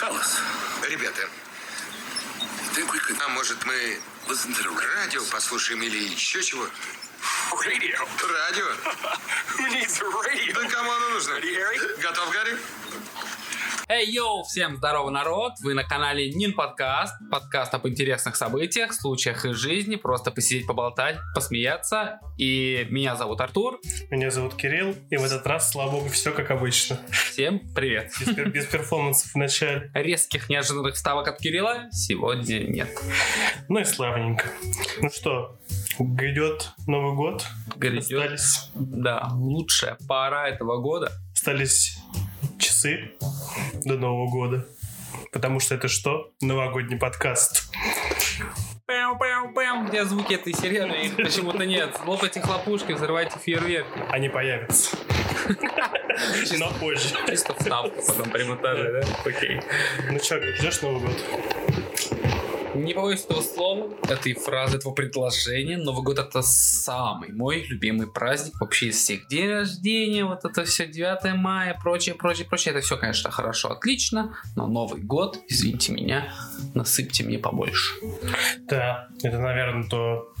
Класс. Ребята, а может мы радио послушаем или еще чего? Radio. Радио? Who needs a radio? Да кому оно нужно? Ready, Harry? Готов, Гарри? Эй, йоу, всем здорово, народ! Вы на канале Нин Подкаст, подкаст об интересных событиях, случаях из жизни, просто посидеть, поболтать, посмеяться. И меня зовут Артур. Меня зовут Кирилл, и в этот раз, слава богу, все как обычно. Всем привет! Без, пер- без перформансов в начале. Резких неожиданных вставок от Кирилла сегодня нет. Ну и славненько. Ну что, грядет Новый год. Грядет, Остались, да, лучшая пора этого года. остались часы до Нового года. Потому что это что? Новогодний подкаст. Пэм-пэм-пэм, где звуки этой сирены? Их почему-то нет. Лопайте хлопушки, взрывайте фейерверк. Они появятся. Но позже. Чисто вставка потом при монтаже, да? Окей. Ну чё, ждешь Новый год? Не боюсь этого слова, этой фразы, этого предложения. Новый год это самый мой любимый праздник вообще из всех. День рождения, вот это все, 9 мая, прочее, прочее, прочее. Это все, конечно, хорошо, отлично, но Новый год, извините меня, насыпьте мне побольше. Да, это, наверное, то,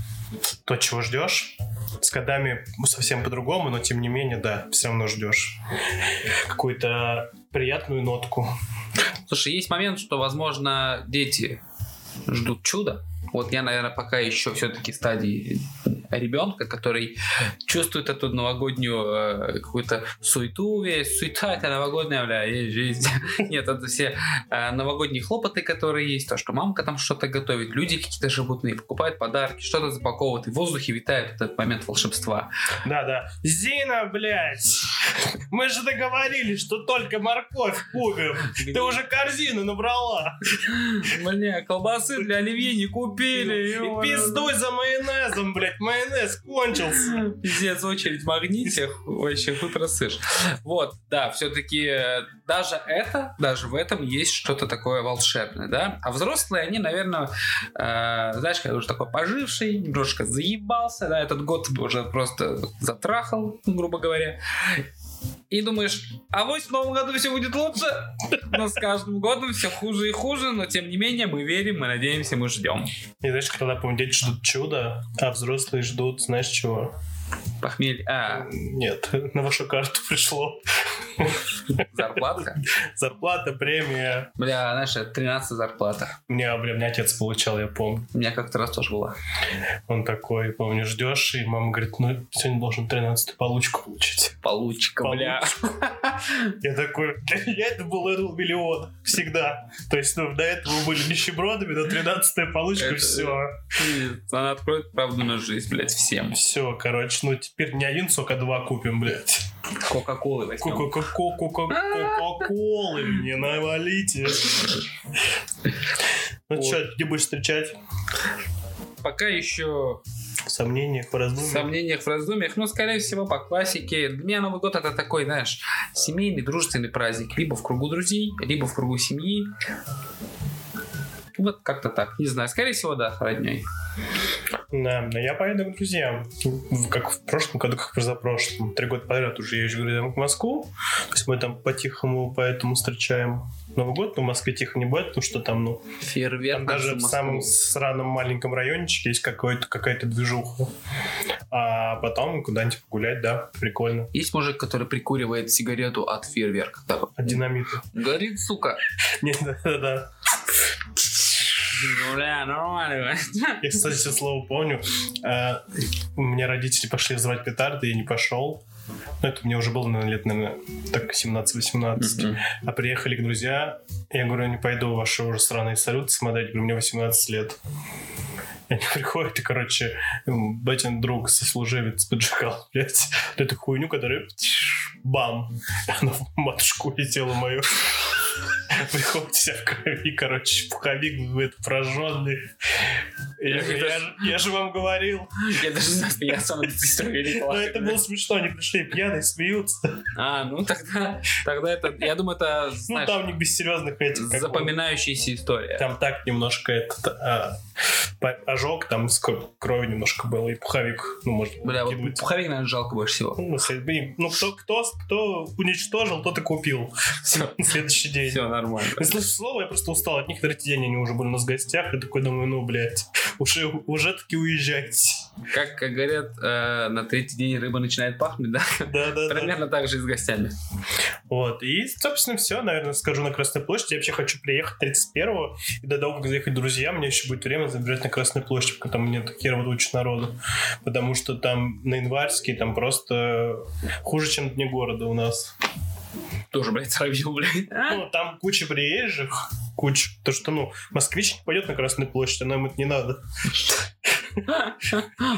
то чего ждешь. С годами совсем по-другому, но тем не менее, да, все равно ждешь какую-то приятную нотку. Слушай, есть момент, что, возможно, дети ждут чуда. Вот я, наверное, пока еще все-таки стадии ребенка, который чувствует эту новогоднюю э, какую-то суету, весь суета это новогодняя, бля, есть жизнь. Нет, это все э, новогодние хлопоты, которые есть, то, что мамка там что-то готовит, люди какие-то животные покупают подарки, что-то запаковывают, и в воздухе витает этот момент волшебства. Да, да. Зина, блядь! Мы же договорились, что только морковь купим. Ты уже корзину набрала. Бля, колбасы для оливье не И купили. пиздуй за майонезом, блядь. Майонез кончился. Пиздец, очередь в магните, вообще хуй просышь. Вот, да, все-таки даже это, даже в этом есть что-то такое волшебное, да? А взрослые, они, наверное, э, знаешь, как уже такой поживший, немножко заебался, да, этот год уже просто затрахал, грубо говоря. И думаешь, а вот в новом году все будет лучше, но с каждым годом все хуже и хуже, но тем не менее мы верим, мы надеемся, мы ждем. И знаешь, когда, по-моему, дети ждут чуда, а взрослые ждут, знаешь, чего? Похмелье, а, Нет, на вашу карту пришло. зарплатка. Зарплата, премия. Бля, знаешь, это 13 зарплата. У меня, бля, у меня отец получал, я помню. У меня как-то раз тоже была. Он такой, помню, ждешь, и мама говорит, ну, сегодня должен 13 получку получить. Получка, бля. Я такой, для меня это был Эрл Миллион. Всегда. То есть, ну, до этого мы были нищебродами, но 13 получка, Это- все. Она откроет правду на жизнь, блядь, всем. Все, короче, ну, теперь не один сок, а два купим, блядь. Кока-колы возьмем. Кока-колы мне навалите. Ну Вот. что, где будешь встречать? Пока еще В сомнениях, по в раздумьям? сомнениях, в раздумьях, ну, скорее всего, по классике. Для меня Новый год это такой, знаешь, семейный, дружественный праздник. Либо в кругу друзей, либо в кругу семьи. Вот как-то так, не знаю. Скорее всего, да, родней. Да, но я поеду к друзьям. В- Как в прошлом году, как в позапрошлом. Три года подряд уже езжу к друзьям в Москву. То есть мы там по-тихому поэтому встречаем Новый год. Но в Москве тихо не бывает, потому что там, ну, Фейерверк. там на даже всю в Москву. самом сраном маленьком райончике есть какой-то, какая-то движуха. А потом куда-нибудь погулять, да, прикольно. Есть мужик, который прикуривает сигарету от фейерверка. Так, От динамита. Горит, сука. Нет, да-да-да. Бля, нормально. Я, кстати, это слово помню. А, У меня родители пошли взрывать петарды, я не пошел. Ну, это мне уже было, наверное, лет, наверное, так 17-18. Мгм. А приехали к друзья. Я говорю, не пойду в ваши уже сраные салюты смотреть. Говорю, мне 18 лет. И Они приходят, и, короче, м, батин друг, сослуживец поджигал, блядь, вот эту хуйню, которая тш, бам, она в матушку летела мою. Приходит вся в крови, короче, пуховик говорит, прожженный. И Я, говорю, я, же- я же вам говорил. Я даже засмеялся над этой историей. Но Ну, это Классно. было смешно, они пришли пьяные, смеются. А, ну тогда, тогда это, я думаю, это, Ну, знаешь, там не без серьезных этих. как бы. запоминающаяся история. Там так немножко этот а, по- ожог, там с кр- крови немножко было, и пуховик, ну, можно Бля, вот кинуть. пуховик, наверное, жалко больше всего. Ну, если бы им- ну, кто, кто, кто уничтожил, тот и купил Все, на следующий день. все нормально. Я слышу слово, я просто устал от них. Третий день они уже были у нас в гостях. И такой думаю, ну, блядь, уже, уже таки уезжайте. Как, как говорят, э, на третий день рыба начинает пахнуть, да? Да-да-да. Примерно так же и с гостями. Вот. И, собственно, все, наверное, скажу на Красной площади. Я вообще хочу приехать 31-го. И до того, как заехать друзья, мне еще будет время забежать на Красную площадь, потому там мне херово туча народу. Потому что там на январьский там просто хуже, чем на дне города у нас. Тоже, блядь, травил, блядь. А? Ну, там куча приезжих, куча. То, что, ну, москвич не пойдет на Красную площадь, а нам это не надо.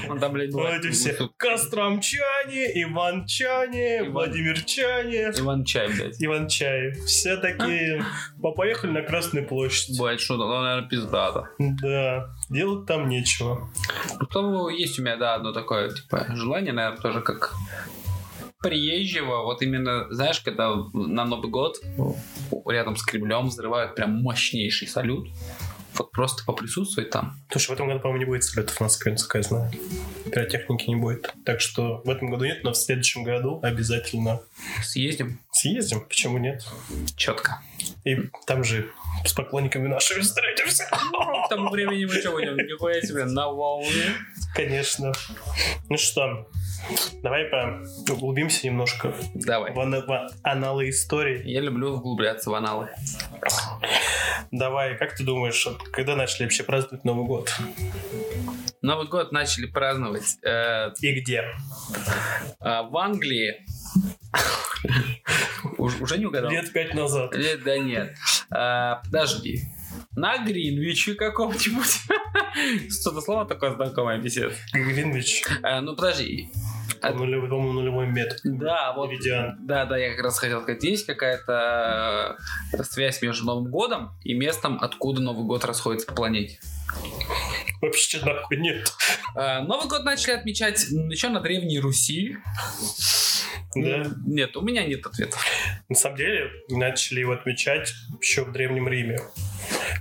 Он там, блядь, Вот бывает. эти все Тут костромчане, иванчане, Иван- владимирчане, Иван Чай, блядь. иванчаи. Все такие, «По- поехали на Красную площадь. Бывает что-то, ну, наверное, пиздато. Да, делать там нечего. Потом есть у меня, да, одно такое, типа, желание, наверное, тоже как приезжего, вот именно, знаешь, когда на Новый год рядом с Кремлем взрывают прям мощнейший салют, вот просто поприсутствовать там. Слушай, в этом году, по-моему, не будет салютов в Москве, насколько я знаю. Пиротехники не будет. Так что в этом году нет, но в следующем году обязательно Съездим съездим. Почему нет? четко. И там же с поклонниками нашими встретимся. К тому времени мы что будем? Нихуя себе, на волне. Конечно. Ну что, давай углубимся немножко Давай. в ана- в аналы истории. Я люблю углубляться в аналы. Давай, как ты думаешь, вот когда начали вообще праздновать Новый год? Новый год начали праздновать э, И где? а, в Англии. Уж- Уже не угадал? Лет пять назад. Нет, да нет. А, подожди. На Гринвиче каком-нибудь. Что-то слово такое знакомое бесед. Гринвич. А, ну подожди. А- Нулевой- По-моему, нулевой метод. Да, вот. Меридиан. Да, да, я как раз хотел сказать, есть какая-то э, связь между Новым годом и местом, откуда Новый год расходится по планете. Вообще нахуй нет. А, Новый год начали отмечать еще на Древней Руси. Да. М, Нет, у меня нет ответа. На самом деле, начали его отмечать еще в Древнем Риме.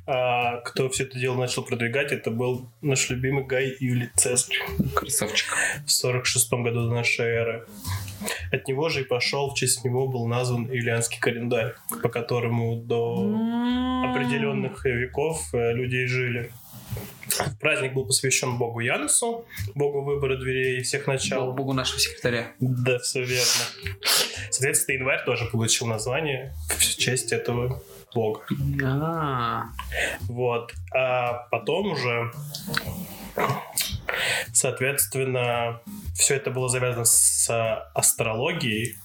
А кто все это дело начал продвигать, это был наш любимый Гай Юлий Цезарь. Красавчик. в 46 году до нашей эры. От него же и пошел, в честь него был назван Юлианский календарь, по которому М-м. до определенных веков э, людей жили. Праздник был посвящен богу Янусу, богу выбора дверей и всех Слава начал. богу нашего секретаря. Да, все верно. Соответственно, январь тоже получил название в честь этого бога. А, Вот. А потом уже, соответственно, все это было завязано с а, астрологией.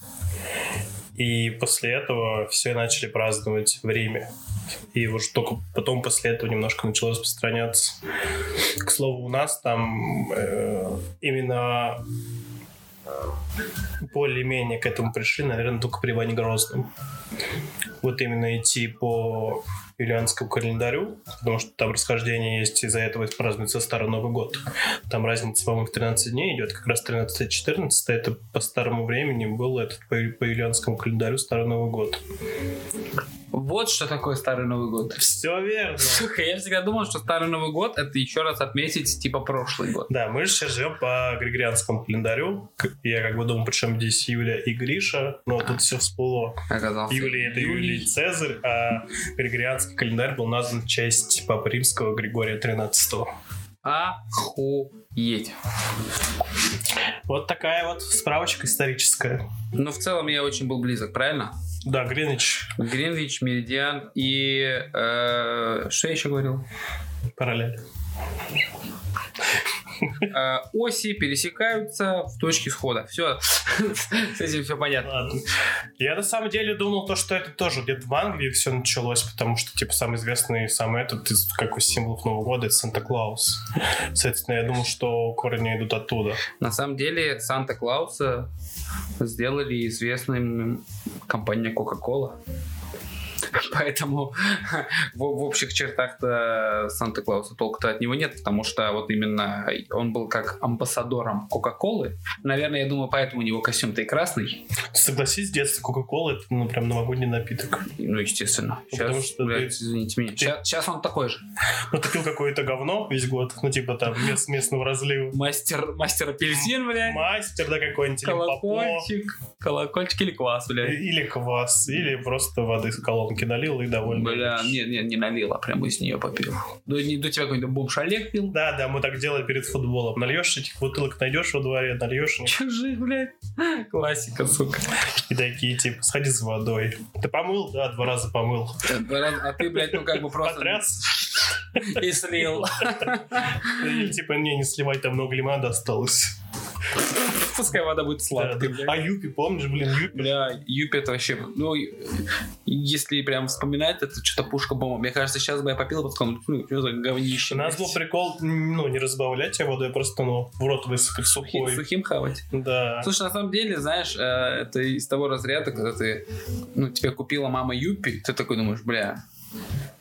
И после этого все начали праздновать в Риме. И уже только потом после этого немножко начало распространяться. К слову, у нас там э, именно более-менее к этому пришли, наверное, только при Иване Грозном. Вот именно идти по юлианскому календарю, потому что там расхождение есть, из-за этого и празднуется Старый Новый год. Там разница, по-моему, в 13 дней идет, как раз 13-14, это по старому времени был этот по, по юлианскому календарю Старый Новый год. вот что такое Старый Новый год. Все верно. Слушай, я всегда думал, что Старый Новый год это еще раз отметить типа прошлый год. Да, мы же сейчас живем по григорианскому календарю. К- Я как бы думал, причем здесь Юля и Гриша, но тут все всплыло. Оказался. Юлия это Юлий Цезарь, а григорианский календарь был назван в честь Папы Римского Григория XIII. Охуеть. Вот такая вот справочка историческая. Но Ну, в целом я очень был близок, правильно? Да, Гринвич Гринвич, Меридиан и... э, что я еще говорил? параллель. Э, оси пересекаются в точке схода. Все, с этим все понятно. Ладно. Я на самом деле думал то, что это тоже где-то в Англии все началось, потому что, типа, самый известный, самый этот, из, как из символов Нового года, это Санта-Клаус. Соответственно, я думал, что корни идут оттуда. На самом деле Санта-Клауса сделали известным компания Coca-Cola. Поэтому в, в общих чертах-то Санта-Клауса толку-то от него нет, потому что вот именно он был как амбассадором Кока-Колы. Наверное, я думаю, поэтому у него костюм-то и красный. Согласись, детство Кока-Кола это ну, прям новогодний напиток. Ну, естественно. Ну, потому Сейчас, что блядь, ты- извините меня. ты- Сейчас, он такой же. Ну, ты пил какое-то говно весь год, ну, типа там мест, местного разлива. Мастер, мастер апельсин, блядь. Мастер, да, какой-нибудь, или попо, Колокольчик. Колокольчик или квас, и- блядь. или квас, или просто воды с колонки рюмки налил и довольно. Бля, не, не, не налил, а прямо из нее попил. До, не, до тебя какой-нибудь бомж Олег пил? Да, да, мы так делаем перед футболом. Нальешь этих бутылок, найдешь во дворе, нальешь Чужие, блядь. Классика, сука. и такие, типа, сходи за водой. Ты помыл? Да, два раза помыл. А ты, блядь, ну как бы просто... Потряс? И слил. И, типа, не, не сливай, там много лимонада осталось. Пускай вода будет сладкой, Да, да. блядь. А Юпи, помнишь, блин, Юпи? Бля, Юпи это вообще, ну, и- если прям вспоминать, это что-то пушка бомба. Мне кажется, сейчас бы я попил, потом, ну, что за говнище. У нас был прикол, ну, не разбавлять я водой, просто, ну, в рот высыпать Сухим- сухой. сухим хавать. Да. Слушай, на самом деле, знаешь, э, это из того разряда, когда ты, ну, тебе купила мама юпи, ты такой думаешь, бля,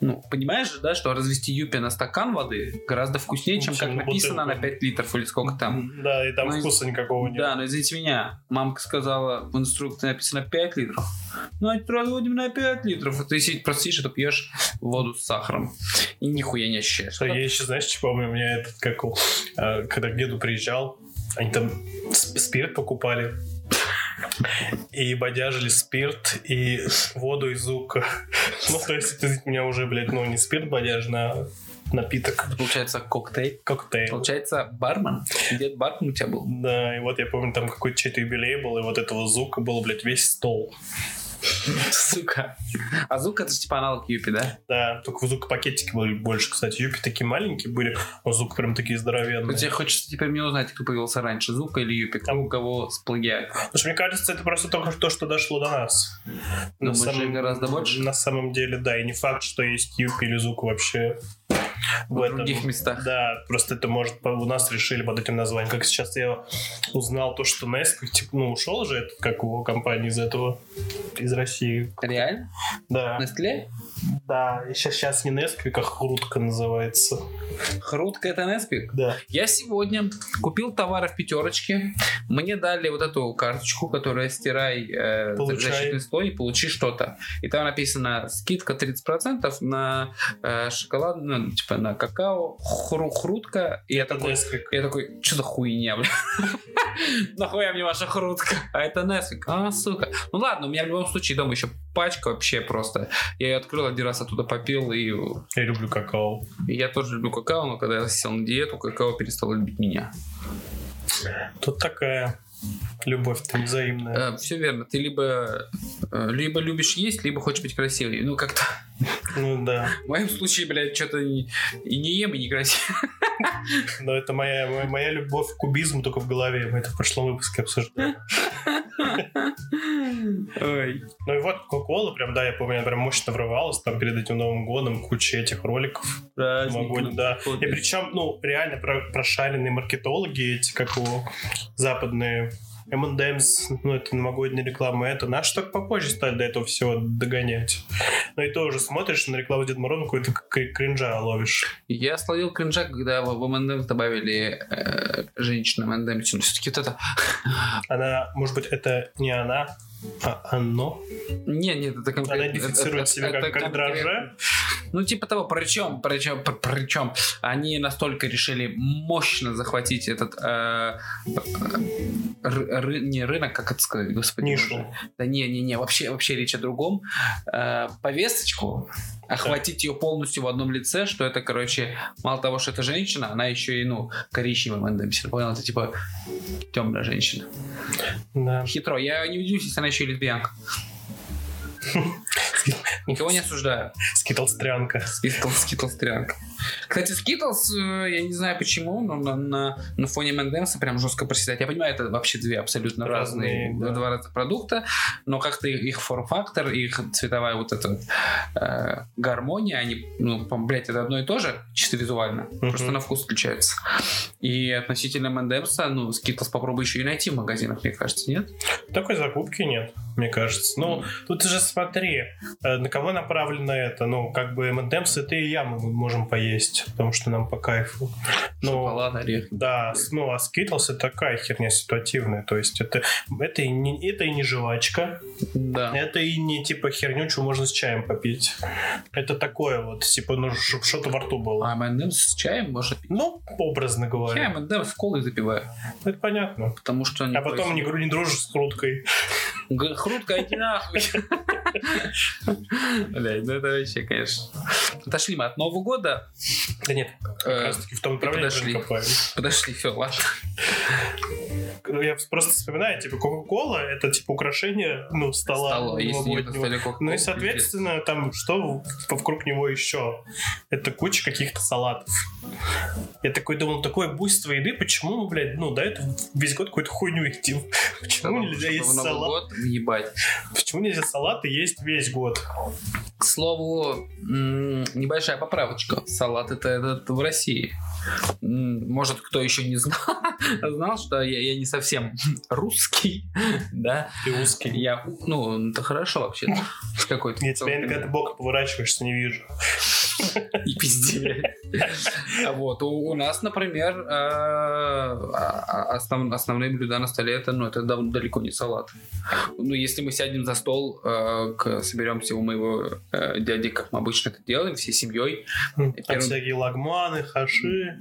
ну, понимаешь же, да, что развести юпи на стакан воды гораздо вкуснее, чем, Чем как на написано на бутылку. 5 литров или сколько там. Да, и там Ну, и- вкуса никакого нет. Да, но извините меня, мамка сказала, в инструкции написано 5 литров. Значит, разводим на 5 литров. А ты си- просто сидишь, это пьешь воду с сахаром. И нихуя не ощущаешь. Что, я еще, знаешь, что помню, у меня этот, как у, э, когда к деду приезжал, они там сп- спирт покупали. И бодяжили спирт и воду из ука. Ну, то есть, это у меня уже, блядь, ну, не спирт бодяжен, а напиток. Получается коктейль. Коктейль. Получается бармен. Дед бармен у тебя был. Да, и вот я помню, там какой-то чей-то юбилей был, и вот этого звука был, блядь, весь стол. Сука. А звук это же типа аналог Юпи, да? Да, только в звук пакетики были больше, кстати. Юпи такие маленькие были, а звук прям такие здоровенные. Тебе хочется теперь мне узнать, кто появился раньше, Зука или Юпи, кто у кого сплагиат. Слушай, мне кажется, это просто только то, что дошло до нас. Думаешь, их гораздо больше? На самом деле, да. И не факт, что есть юг или звук вообще в, В этом. других местах. Да, просто это может по- у нас решили под этим названием. Как сейчас я узнал то, что Nesquik, типа, ну, ушел же, этот, как его компания из этого, из России. Реально? Да, Нестле? да. И сейчас, сейчас не Nesquik, а Хрутка называется. Хрутка это Неспик? Да. Я сегодня купил товары в пятерочке. Мне дали вот эту карточку, которая стирай э, Получай. защитный слой и получи что-то. И там написано скидка 30% на э, шоколад, ну, типа на какао, хру- хрутка. И я такой, Nesquik. я такой, что за хуйня, бля? Нахуя мне ваша хрутка? А это Nesquik. А, сука. Ну ладно, у меня в любом случае дома еще пачка вообще просто. Я ее открыл один раз, оттуда попил, и Я люблю какао. я тоже люблю какао, но когда я сел на диету, какао перестало любить меня. Тут такая любовь-то невзаимная. все Э, верно. Ты либо, э, либо любишь есть, либо хочешь быть красивой. Ну, как-то Ну да. в моем случае, блядь, что-то и, и не ем, и не красиво. Но это моя, моя, моя любовь к кубизму только в голове. Мы это в прошлом выпуске обсуждали. Ой. Ну и вот Кока-Кола, прям, да, я помню, она прям мощно врывалась там перед этим Новым годом, куча этих роликов новогодних, да. И причем, ну, реально про- прошаренные маркетологи эти, как у западные M&M's, ну, это новогодняя реклама, это наши только попозже стали до этого всего догонять. Ну и тоже смотришь на рекламу Деда Мороза, какой-то к- кринжа ловишь. Я словил кринжа, когда в в M&M's добавили э, женщину M&M's. Но все-таки вот это... Она, может быть, это не она, а оно. Нет, нет, это конкретно... Она идентифицирует это- себя это как, как конкретно. дрожжа. Ну, типа того, причем, причем, пр- причем, они настолько решили мощно захватить этот э, ры- ры- не рынок, как это сказать, господи. Нишу. боже. Да не, не, не, вообще, вообще речь о другом. Э, повесточку, охватить ее полностью в одном лице, что это, короче, мало того, что это женщина, она еще и, ну, коричневым эндемсер, понял? Это типа темная женщина. Да. Хитро. Я не удивлюсь, если она еще и лесбиянка. Никого не осуждаю. Скитлстрянка. Скитлс, Скитлс трианг. Кстати, Скитлс, э, я не знаю почему, но на, на, на фоне Мэндемса прям жестко проседает. Я понимаю, это вообще две абсолютно разные, Разные, да. два разных продукта, но как-то их, их форм-фактор, их цветовая вот эта вот, э, гармония, они, ну, по- блядь, это одно и то же, чисто визуально, Мгм. просто на вкус отличается. И относительно Мэндемса, ну, Скитлс попробуй еще и найти в магазинах, мне кажется, нет? Такой закупки нет, мне кажется. Ну, тут же смотри, э, на кого направлено это. Ну, как бы МНДМС, это и я мы можем поесть, потому что нам по кайфу. Но, Шоколад, орех. да, с- ну, а Скитлс это такая херня ситуативная. То есть это, это, и, не, это и не жвачка, Да. это и не типа херню, что можно с чаем попить. Это такое вот, типа, ну, чтобы что-то во рту было. А Мэндемс с чаем можно пить? Ну, образно говоря. Чаем Ну, Мэндемс колой запиваю, Это понятно. потому что... они А потом поясни- не, не дружишь с круткой. Г- Хрутка, иди нахуй. Блядь, ну это вообще, конечно. Отошли мы от Нового года. Да нет, как Э, раз таки в том направлении подошли. мы копаем. Подошли, все, ладно. Ну, Я просто вспоминаю, типа, Кока-Кола — это, типа, украшение, ну, стола. Стало, если нет новогоднего. остальных кока-кол, Ну и, соответственно, там что в- вокруг него еще? Это куча каких-то салатов. Я такой думал, такое буйство еды, почему, мы, блядь, ну, до этого весь год какую-то хуйню едим? Почему Потому нельзя что есть в Новый салат? год въебать. Почему нельзя салаты есть весь год? К слову, м, небольшая поправочка. Салат это этот в России. М, Может, кто еще не знал, знал, что я, я не совсем русский, да? Ты узкий. Я, ну, это хорошо вообще. Какой-то. Я тебя иногда ты боком поворачиваешься, не вижу. И пизди, блядь. Вот, у, у нас, например, э, а- а- основ- основные блюда на столе это, ну, это дав- далеко не салат. Ну, если мы сядем за стол, э, к- соберемся у моего э, дяди, как мы обычно это делаем, всей семьей. Там Первым- всякие лагманы, хаши.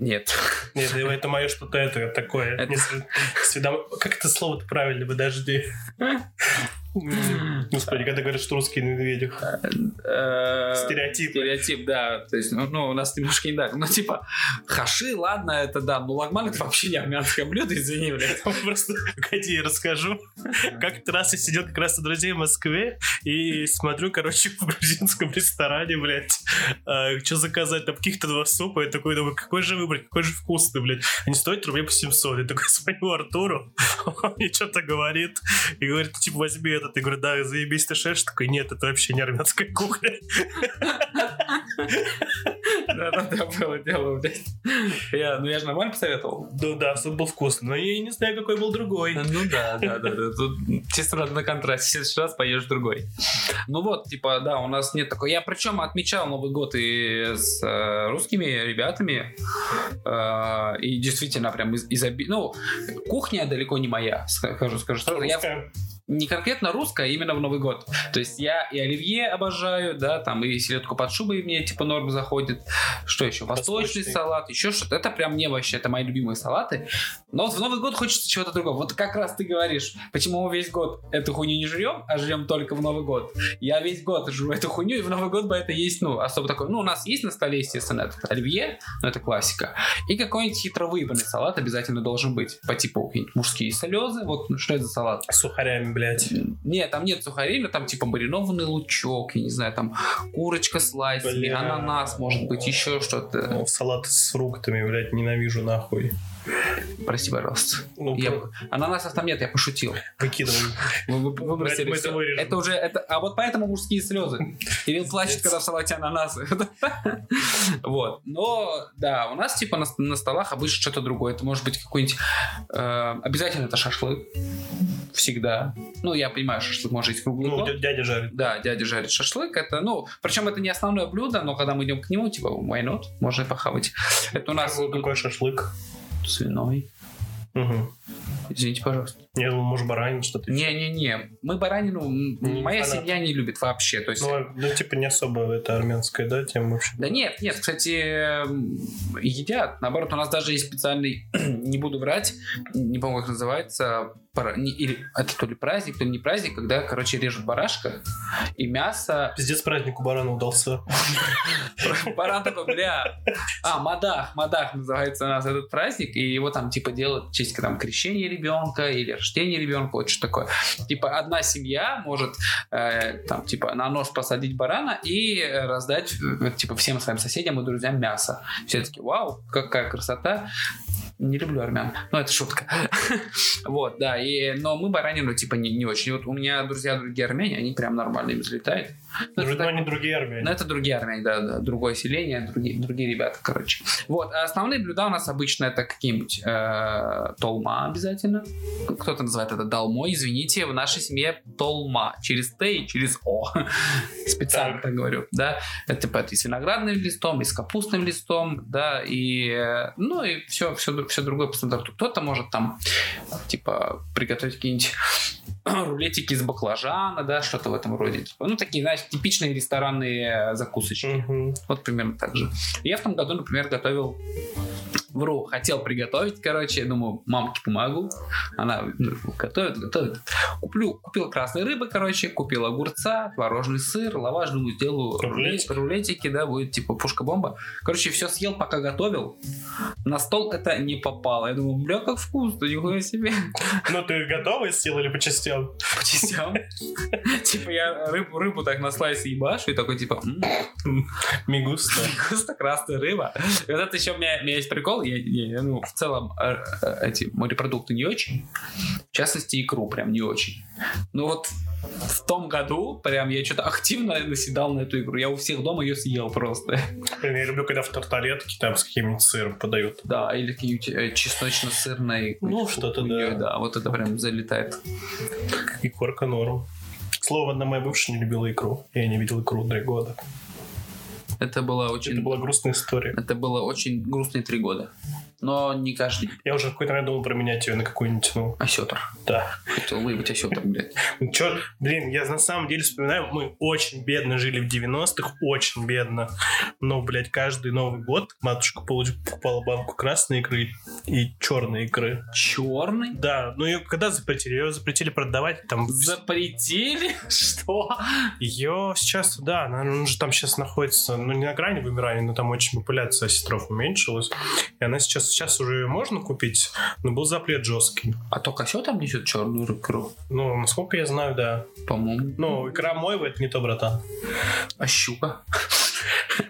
Нет. Нет, да это мое что-то это такое. Это- Не св- сведом- Как это слово-то правильно, подожди. М, Господи, когда говорят, что русский на медведях. Э, Стереотип. Стереотип, да. То есть, ну, ну, у нас немножко не так. Ну, типа, хаши, ладно, это да. Ну, лагман это вообще не армянское блюдо, извини, блядь. Просто, погоди, я расскажу. Как-то раз я сидел как раз у друзей в Москве и смотрю, короче, в грузинском ресторане, блядь, а, что заказать, там каких-то два супа. Я такой думаю, какой же выбрать, какой же вкусный, блядь. Они стоят рублей по 700. Я такой звоню Артуру, он мне что-то говорит. И говорит, «Ну, типа, возьми этот. Я говорю, да, заебись ты шеш. Такой, нет, это вообще не армянская кухня. Да-да-да, было дело, блядь. Я- Ну, я же нормально посоветовал. Ну да, суп был вкусный, но я не знаю, какой был другой. Ну да, да, да, да. Тут чисто надо на контрасте. В следующий раз поешь другой. Ну вот, типа, да, у нас нет такой. Я причем отмечал Новый год и с э, русскими ребятами. э, и действительно, прям из, изоби- Ну, кухня далеко не моя, скажу, скажу сразу. Я в Русская. не конкретно русская, а именно в Новый год. То есть я и оливье обожаю, да, там и селедку под шубой мне типа норм заходит. Что еще? Восточный, Восточный. салат, еще что-то. Это прям мне вообще, это мои любимые салаты. Но вот в Новый год хочется чего-то другого. Вот как раз ты говоришь, почему мы весь год эту хуйню не жрем, а жрем только в Новый год. Я весь год жру эту хуйню, и в Новый год бы это есть, ну, особо такое. Ну, у нас есть на столе, естественно, этот оливье, но это классика. И какой-нибудь хитровыбранный салат обязательно должен быть. По типу какие-нибудь мужские слезы. Вот ну, что это за салат? С сухарями, блядь. Нет, там нет сухарей, но там типа маринованный лучок, я не знаю, там курочка с лайсами, Бля. ананас, может быть, еще что-то. Ну, салат с фруктами, блядь, ненавижу нахуй. Прости, пожалуйста. Ну, Я... про- Ананасов там нет, я пошутил. выкидывай. Вы- вы- Выбросили Мы это всё. вырежем. это уже, это... а вот поэтому мужские слезы. Кирилл плачет, когда в салате ананасы. Вот. Но, да, у нас типа на, на столах обычно что-то другое. Это может быть какой-нибудь... э, обязательно это шашлык. Всегда. Ну, я понимаю, шашлык может быть круглый Ну, год. дя- дядя жарит. Да, дядя жарит шашлык. Это, ну, причем это не основное блюдо, но когда мы идем к нему, типа, why not? Можно и похавать. Это у нас Какой, какой шашлык? тут свиной. Угу. Извините, пожалуйста. Я думал, может, баранин что-то. Не-не-не, мы баранину, м, Не моя фанат. семья не любит вообще. То есть Ну, а- ну, типа, не особо это армянская, да, тема вообще. Да нет, нет, кстати, эм, едят. Наоборот, у нас даже есть специальный, не буду врать, не помню, как называется, пара- не- или, это то ли праздник, то ли не праздник, когда, короче, режут барашка, и мясо... Пиздец, праздник у барана удался. Ну, Баран такой, бля... А, Мадах, Мадах называется у нас этот праздник, и его там, типа, делают в честь там, крещения ребенка или рождения ребенка, вот что такое. Типа, одна семья может, э, там, типа, на нож посадить барана и э, раздать, э, типа, всем своим соседям и друзьям мясо. Все таки вау, какая красота. Не люблю армян. но это шутка. Вот, да. И, но мы баранину, типа, не, не очень. Вот у меня друзья другие армяне, они прям нормально им залетают. Ну, это Ну, так- они другие но армяне. это другие армяне, да, да, другое селение, другие, другие ребята, короче. Вот, а основные блюда у нас обычно это какие-нибудь э, толма обязательно. Кто-то называет это долмой, извините, в нашей семье толма. Через Т и через О. Специально так, Так. говорю, да. Это типа это и с виноградным листом, и с капустным листом, да, и э, ну и все, все, все другое по стандарту. Кто-то может там, типа, приготовить какие-нибудь рулетики из баклажана, да, что-то в этом роде. Типа, Ну, такие, знаешь, типичные ресторанные э, закусочки. Мгм. Вот примерно так же. Я в том году, например, готовил Вру, хотел приготовить, короче, я думаю, мамке помогу. Она ну, готовит, готовит. Куплю, купил красной рыбы, короче, купил огурца, творожный сыр, лаваш, думаю, сделаю Рулетики. рулетики, рулетики да, будет типа пушка-бомба. Короче, все съел, пока готовил. На стол это не попало. Я думаю, бля, как вкусно, нихуя себе. Ну, ты готовый съел или по частям? По частям. Типа я рыбу, рыбу так на слайсе ебашу и такой типа, «М, Мигуста. Просто красная рыба. И вот это еще у меня, у меня есть прикол. Я, я- я, ну, в целом э, э, эти морепродукты не очень. В частности, икру прям не очень. Но вот в том году прям я что-то активно наседал на эту икру. Я у всех дома ее съел просто. Блин, я люблю, когда в тартаретке там с каким-нибудь сыром подают. Да, или какие-нибудь э, чесночно-сырные. Ну, какие-то что-то хуйнёй, да. Да, вот это прям залетает. И корка норм. Слово, одна моя бывшая не любила икру. Я не видел икру три года. Это было Это очень... была грустная история. Это было очень грустные три года. Но не каждый Я уже в какой-то момент думал променять ее на какую-нибудь, ну, осетр. да. Хотел выебать осетр, блядь. Ну, чё, блин, я на самом деле вспоминаю, мы очень бедно жили в 90-х, очень бедно. Но, блядь, каждый Новый год матушка получ- покупала банку красной икры и черной икры. Черный? Да, ну ее когда запретили? Ее запретили продавать там... Запретили? Что? Ее сейчас, да, она она же там сейчас находится, ну не на грани вымирания, но там очень популяция осетров уменьшилась. И она сейчас, сейчас уже ее можно купить, но был запрет жесткий. А то осет там несет черную икру, Ну, насколько я знаю, да. по-моему. Ну, икра Мойва это не то, братан. А щука?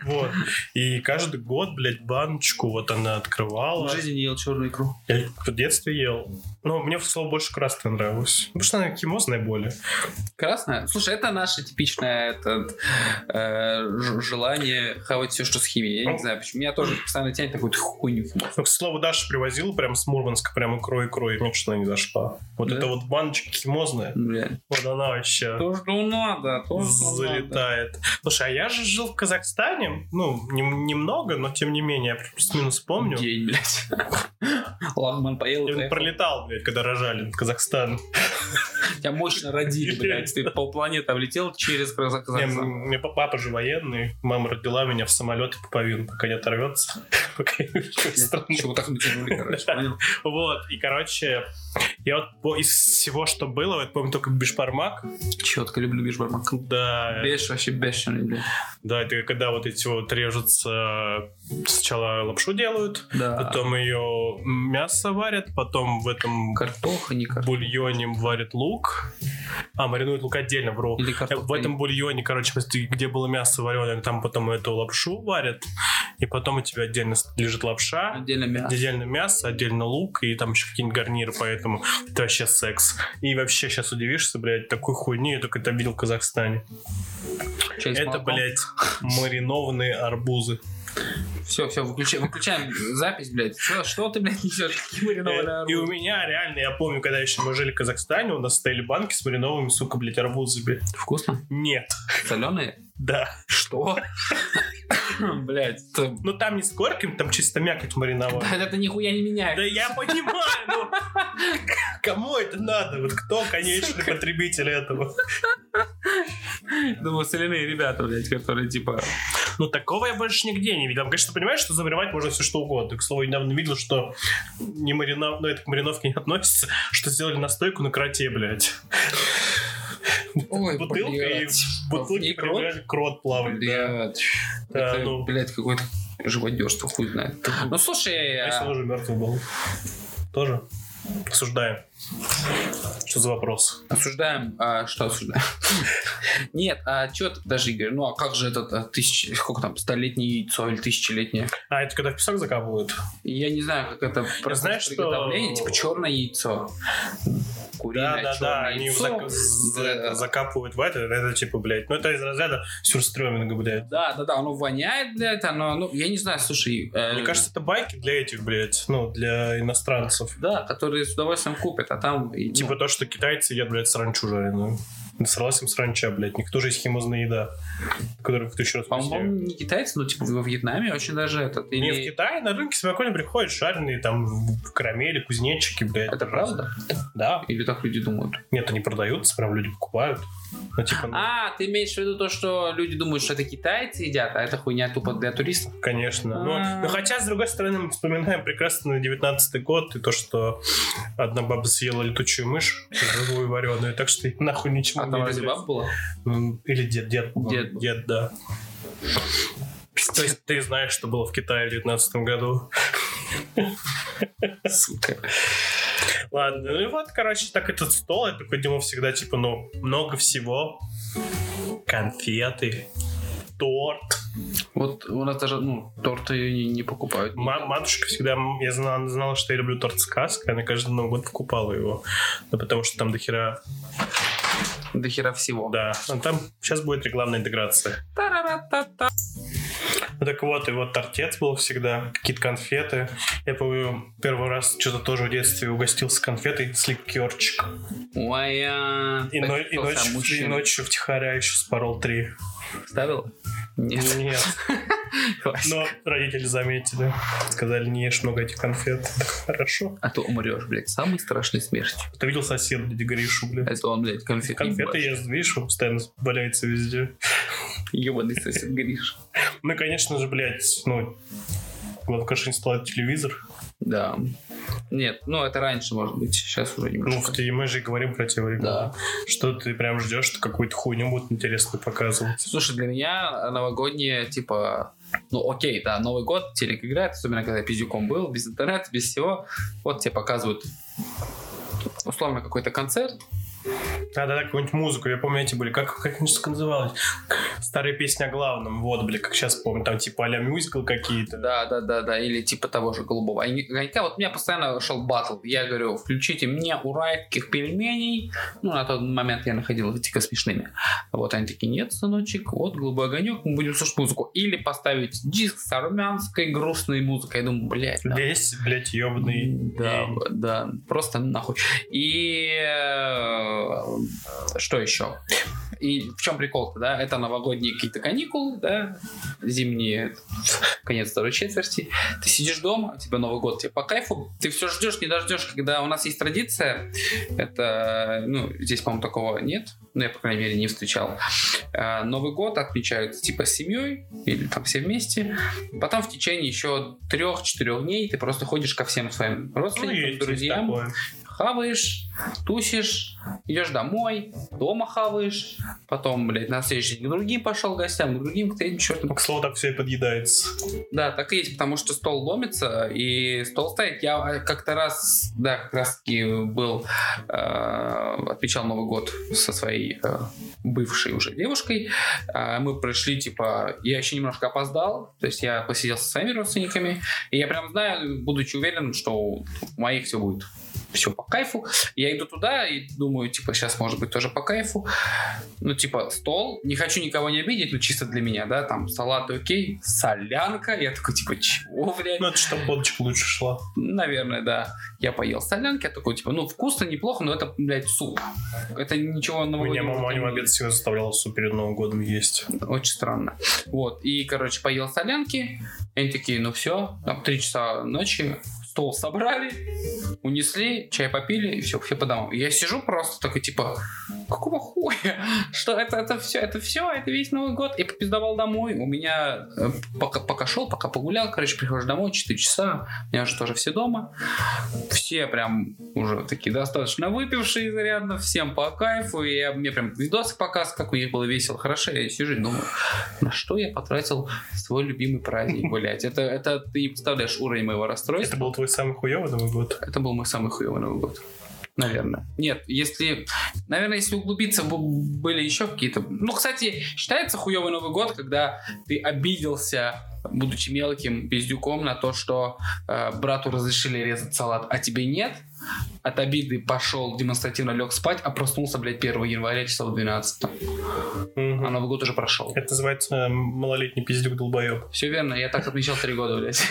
Вот. И каждый год, блядь, баночку вот она В открывала. жизни не ел черную икру. Я в детстве ел. Но мне, слово, больше красная нравилась. Потому что она химозная более. Красная? Слушай, это наше типичное это, э, ж- желание хавать все, что с химией. Я не знаю, почему. Меня тоже постоянно тянет такую хуйню. Но, Ну, к слову, Даша привозила прям с Мурманска прям икрой-икрой, и мне что-то не зашла. Вот Да? эта вот баночка химозная, Бля. вот она вообще... То, что ну, надо, то, что надо. залетает. Слушай, а я же жил в Казахстане, ну, нем- немного, но тем не менее, я плюс-минус помню. День, блядь. Лагман поел. Я поехал. пролетал, блядь, когда рожали в Казахстан. Тебя мощно родили, блядь. Ты полпланеты облетел через Казах- Не, Казахстан. м- мне па- папа же военный, мама родила меня в самолет и поповину, пока не оторвется, пока я не уезжаю из страны. Чего так натянули, короче, понял? Вот, и короче, я вот по- из всего, что было, я помню только бешпармак. Четко люблю бешбармак. Да, Беш вообще бешеный, блядь. да, это когда вот эти вот режутся, сначала лапшу делают, Да. потом ее мясо варят, потом в этом Картоха, не картоха. бульоне варят лук, а маринуют лук отдельно, вру. Или Э, картоха. В этом бульоне, короче, просто где было мясо вареное, там потом эту лапшу варят, и потом у тебя отдельно с- лежит лапша, Отдельно мясо. отдельно мясо, отдельно лук, и там еще какие-нибудь гарниры, поэтому это вообще секс. И вообще сейчас удивишься, блядь, такой хуйни я только это видел в Казахстане. Чай с это, молоком. блядь, маринованные арбузы. Все, все, выключаем, выключаем запись, блядь. Что, что ты, блядь, несешь? Какие Э, И маринованные у меня реально, я помню, когда еще мы жили в Казахстане, у нас стояли банки с мариновыми, сука, блядь, арбузами. Вкусно? Нет, Соленые? да. Что? Блядь. это- Но там не с горками, там чисто мякоть мариновая. Да это нихуя не Да меняет. я понимаю, ну кому это надо? Вот кто конечный потребитель этого? Думаю, соляные ребята, блядь, которые типа... Ну такого я больше нигде не видел. Конечно, понимаешь, что замариновать можно все что угодно. К слову, я недавно видел, что не маринов... ну, это к мариновке не относится, что сделали настойку на кроте, блядь. Ой, Бутылка и блядь. в В ней бутылке крот? крот? крот плавает. да. Блядь. Да, Это, ну. блядь, какое-то живодерство, хуй знает. Ну, слушай, А если он а, уже мертвый был? Тоже? Осуждаем. Что за вопрос? осуждаем... а, Что осуждаем? Нет, а что ты даже, Игорь? Ну, а как же этот а, тысяч... Сколько там? Столетнее яйцо или тысячелетнее? А, это когда в песок закапывают? Я не знаю, как это процесс знаешь, что- приготовления, типа черное яйцо. Да, Куриное да, да, черное они в яйцо. зак- за- Да. это, закапывают в это, это типа, блядь, ну это из разряда сюрстреминга, блядь. Да, да, да, оно воняет, блядь, оно, ну, я не знаю, слушай. э, Мне кажется, это байки для этих, блядь, ну, для иностранцев. Да, которые с удовольствием купят, а там... и, ну, Типа то, что китайцы едят, блядь, саранчу жареную. Насралась им саранча, блядь, никто же есть химозная еда, которую в тысячу раз по-моему, вкуснее. не китайцы, но типа во Вьетнаме очень даже этот... Не, или- в Китае на рынке спокойно приходят жареные там в карамели, кузнечики, блядь. Это правда? Да. Или так люди думают? Нет, они продаются, прям люди покупают. Ну, типа, ну, А, ты имеешь в виду то, что люди думают, что это китайцы едят, а это хуйня тупо для туристов? конечно. Ну, А. ну, хотя, с другой стороны, мы вспоминаем прекрасно 19 год и то, что одна баба съела летучую мышь, живую вареную, так что и нахуй ничему А не там разве верилось. баба была? Ну, Или дед, дед. по-моему. Дед был. Дед, да. То есть ты знаешь, что было в Китае в 19 году. Сука. Ладно, ну и вот, короче, так этот стол, я такой Дима всегда, типа, ну, много всего. Конфеты, торт. Вот у нас даже, ну, торты не, не покупают. Ма- матушка всегда, м, я знала, она знала, что я люблю торт сказка, она каждый Новый год покупала его. Ну, потому что там до хера, До хера всего. да. Ну, там сейчас будет рекламная интеграция. Та-ра-ра-та-та. Ну, так вот, и вот тортец был всегда, какие-то конфеты. Я помню, первый раз что-то тоже в детстве угостился конфетой, сликерчик. Моя... И, но- и Кто сам ночью, и мужчина? ночью втихаря еще спорол три. Ставил? Нет. Нет. Класс. Ну, Но родители заметили. Сказали, не ешь много этих конфет. Так, Хорошо. А то умрешь, блядь, самой страшной смертью. Ты видел соседа, дядя Гришу, блядь? Это А он, блядь, конфет. Конфеты ест, видишь, он постоянно валяется везде. Ебаный сосед Гриш. Ну, и, конечно же, блядь, ну, главный кошель стал это телевизор. Да. Нет, ну это раньше, может быть, сейчас уже Ну, немножко. в те- мы же и говорим про те времена. Да. Что ты прям ждешь, что какую-то хуйню будут интересно показывать. Слушай, для меня новогодние, типа, ну окей, да, Новый год, телек играет, особенно когда я пиздюком был, без интернета, без всего. Вот тебе показывают условно какой-то концерт. Да-да-да, какую-нибудь музыку. Я помню, эти были, как, как они же называлось? Старая песня о главном. Вот, блядь, как сейчас помню. Там типа а-ля мюзикл какие-то. Да, да, да, да, или типа того же голубого огонька. Вот у меня постоянно шел батл. Я говорю, включите мне уральских пельменей. Ну, на тот момент я находил их дико смешными. Вот они такие, нет, сыночек, вот голубой огонек, мы будем слушать музыку. Или поставить диск с армянской грустной музыкой. Я думаю, блядь, да. Весь, блядь, Ну, ебаный. Да, б- да, просто нахуй. И э, что еще? И в чем прикол-то, да? Это новогодние какие-то каникулы, да? Зимние, конец второй четверти. Ты сидишь дома, у тебя Новый год, тебе по кайфу. Ты все ждешь, не дождешь, когда у нас есть традиция. Это, ну, здесь, по-моему, такого нет. Ну, я, по крайней мере, не встречал. Э, Новый год отмечают типа с семьей или там все вместе. Потом в течение еще трех-четырех дней ты просто ходишь ко всем своим Ну, родственникам, есть, друзьям, есть такое. хаваешь, тусишь, идешь домой, дома хаваешь, потом, блядь, на следующий день к другим пошел гостям, к другим, к третьим, черту. Ну, к слову, так все и подъедается. Да, так и есть, потому что стол ломится и стол стоит. Я э, как-то раз, да, как раз таки был, э, отмечал Новый год со своей э, бывшей уже девушкой. А мы пришли, типа, я еще немножко опоздал, то есть я посидел со своими родственниками, и я прям знаю, будучи уверен, что у моих все будет все по кайфу. Я иду туда и думаю, типа, сейчас может быть тоже по кайфу. Ну, типа, стол, не хочу никого не обидеть, но чисто для меня, да, там, салат, окей, солянка. Я такой, типа, чего, блядь? Ну, это чтобы подочек лучше шла. Наверное, да. Я поел солянки, я такой, типа, ну, вкусно, неплохо, но это, блядь, суп. Это ничего У нового. меня мама не в обед всегда заставляла суп перед Новым годом есть. Очень странно. Вот, и, короче, поел солянки, и они такие, ну все, там три часа ночи, стол собрали, унесли, чай попили, и все, все по домам. И Я сижу просто такой, типа, какого хуя? Что это, это все, это все, это весь Новый год. И попиздовал домой, у меня, э, пока, пока шел, пока погулял, короче, прихожу домой, 4 часа, у меня уже тоже все дома. Все прям уже такие достаточно выпившие изрядно, всем по кайфу. И я, мне прям видосы показ, как у них было весело, хорошо. Я сижу и думаю, на что я потратил свой любимый праздник, блять. Это, это ты не представляешь уровень моего расстройства. Это был твой самый хуёвый Новый год. Это был мой самый хуёвый Новый год. Наверное. Нет, если... Наверное, если углубиться, бу- были еще какие-то... Ну, кстати, считается хуёвый Новый год, когда ты обиделся, будучи мелким пиздюком, на то, что э, брату разрешили резать салат, а тебе нет. От обиды пошел демонстративно лег спать, а проснулся, блядь, 1 января часов в 12. Мгм. А Новый год уже прошел. Это называется э, малолетний пиздюк долбоеб. Все верно, я так отмечал три года, блядь.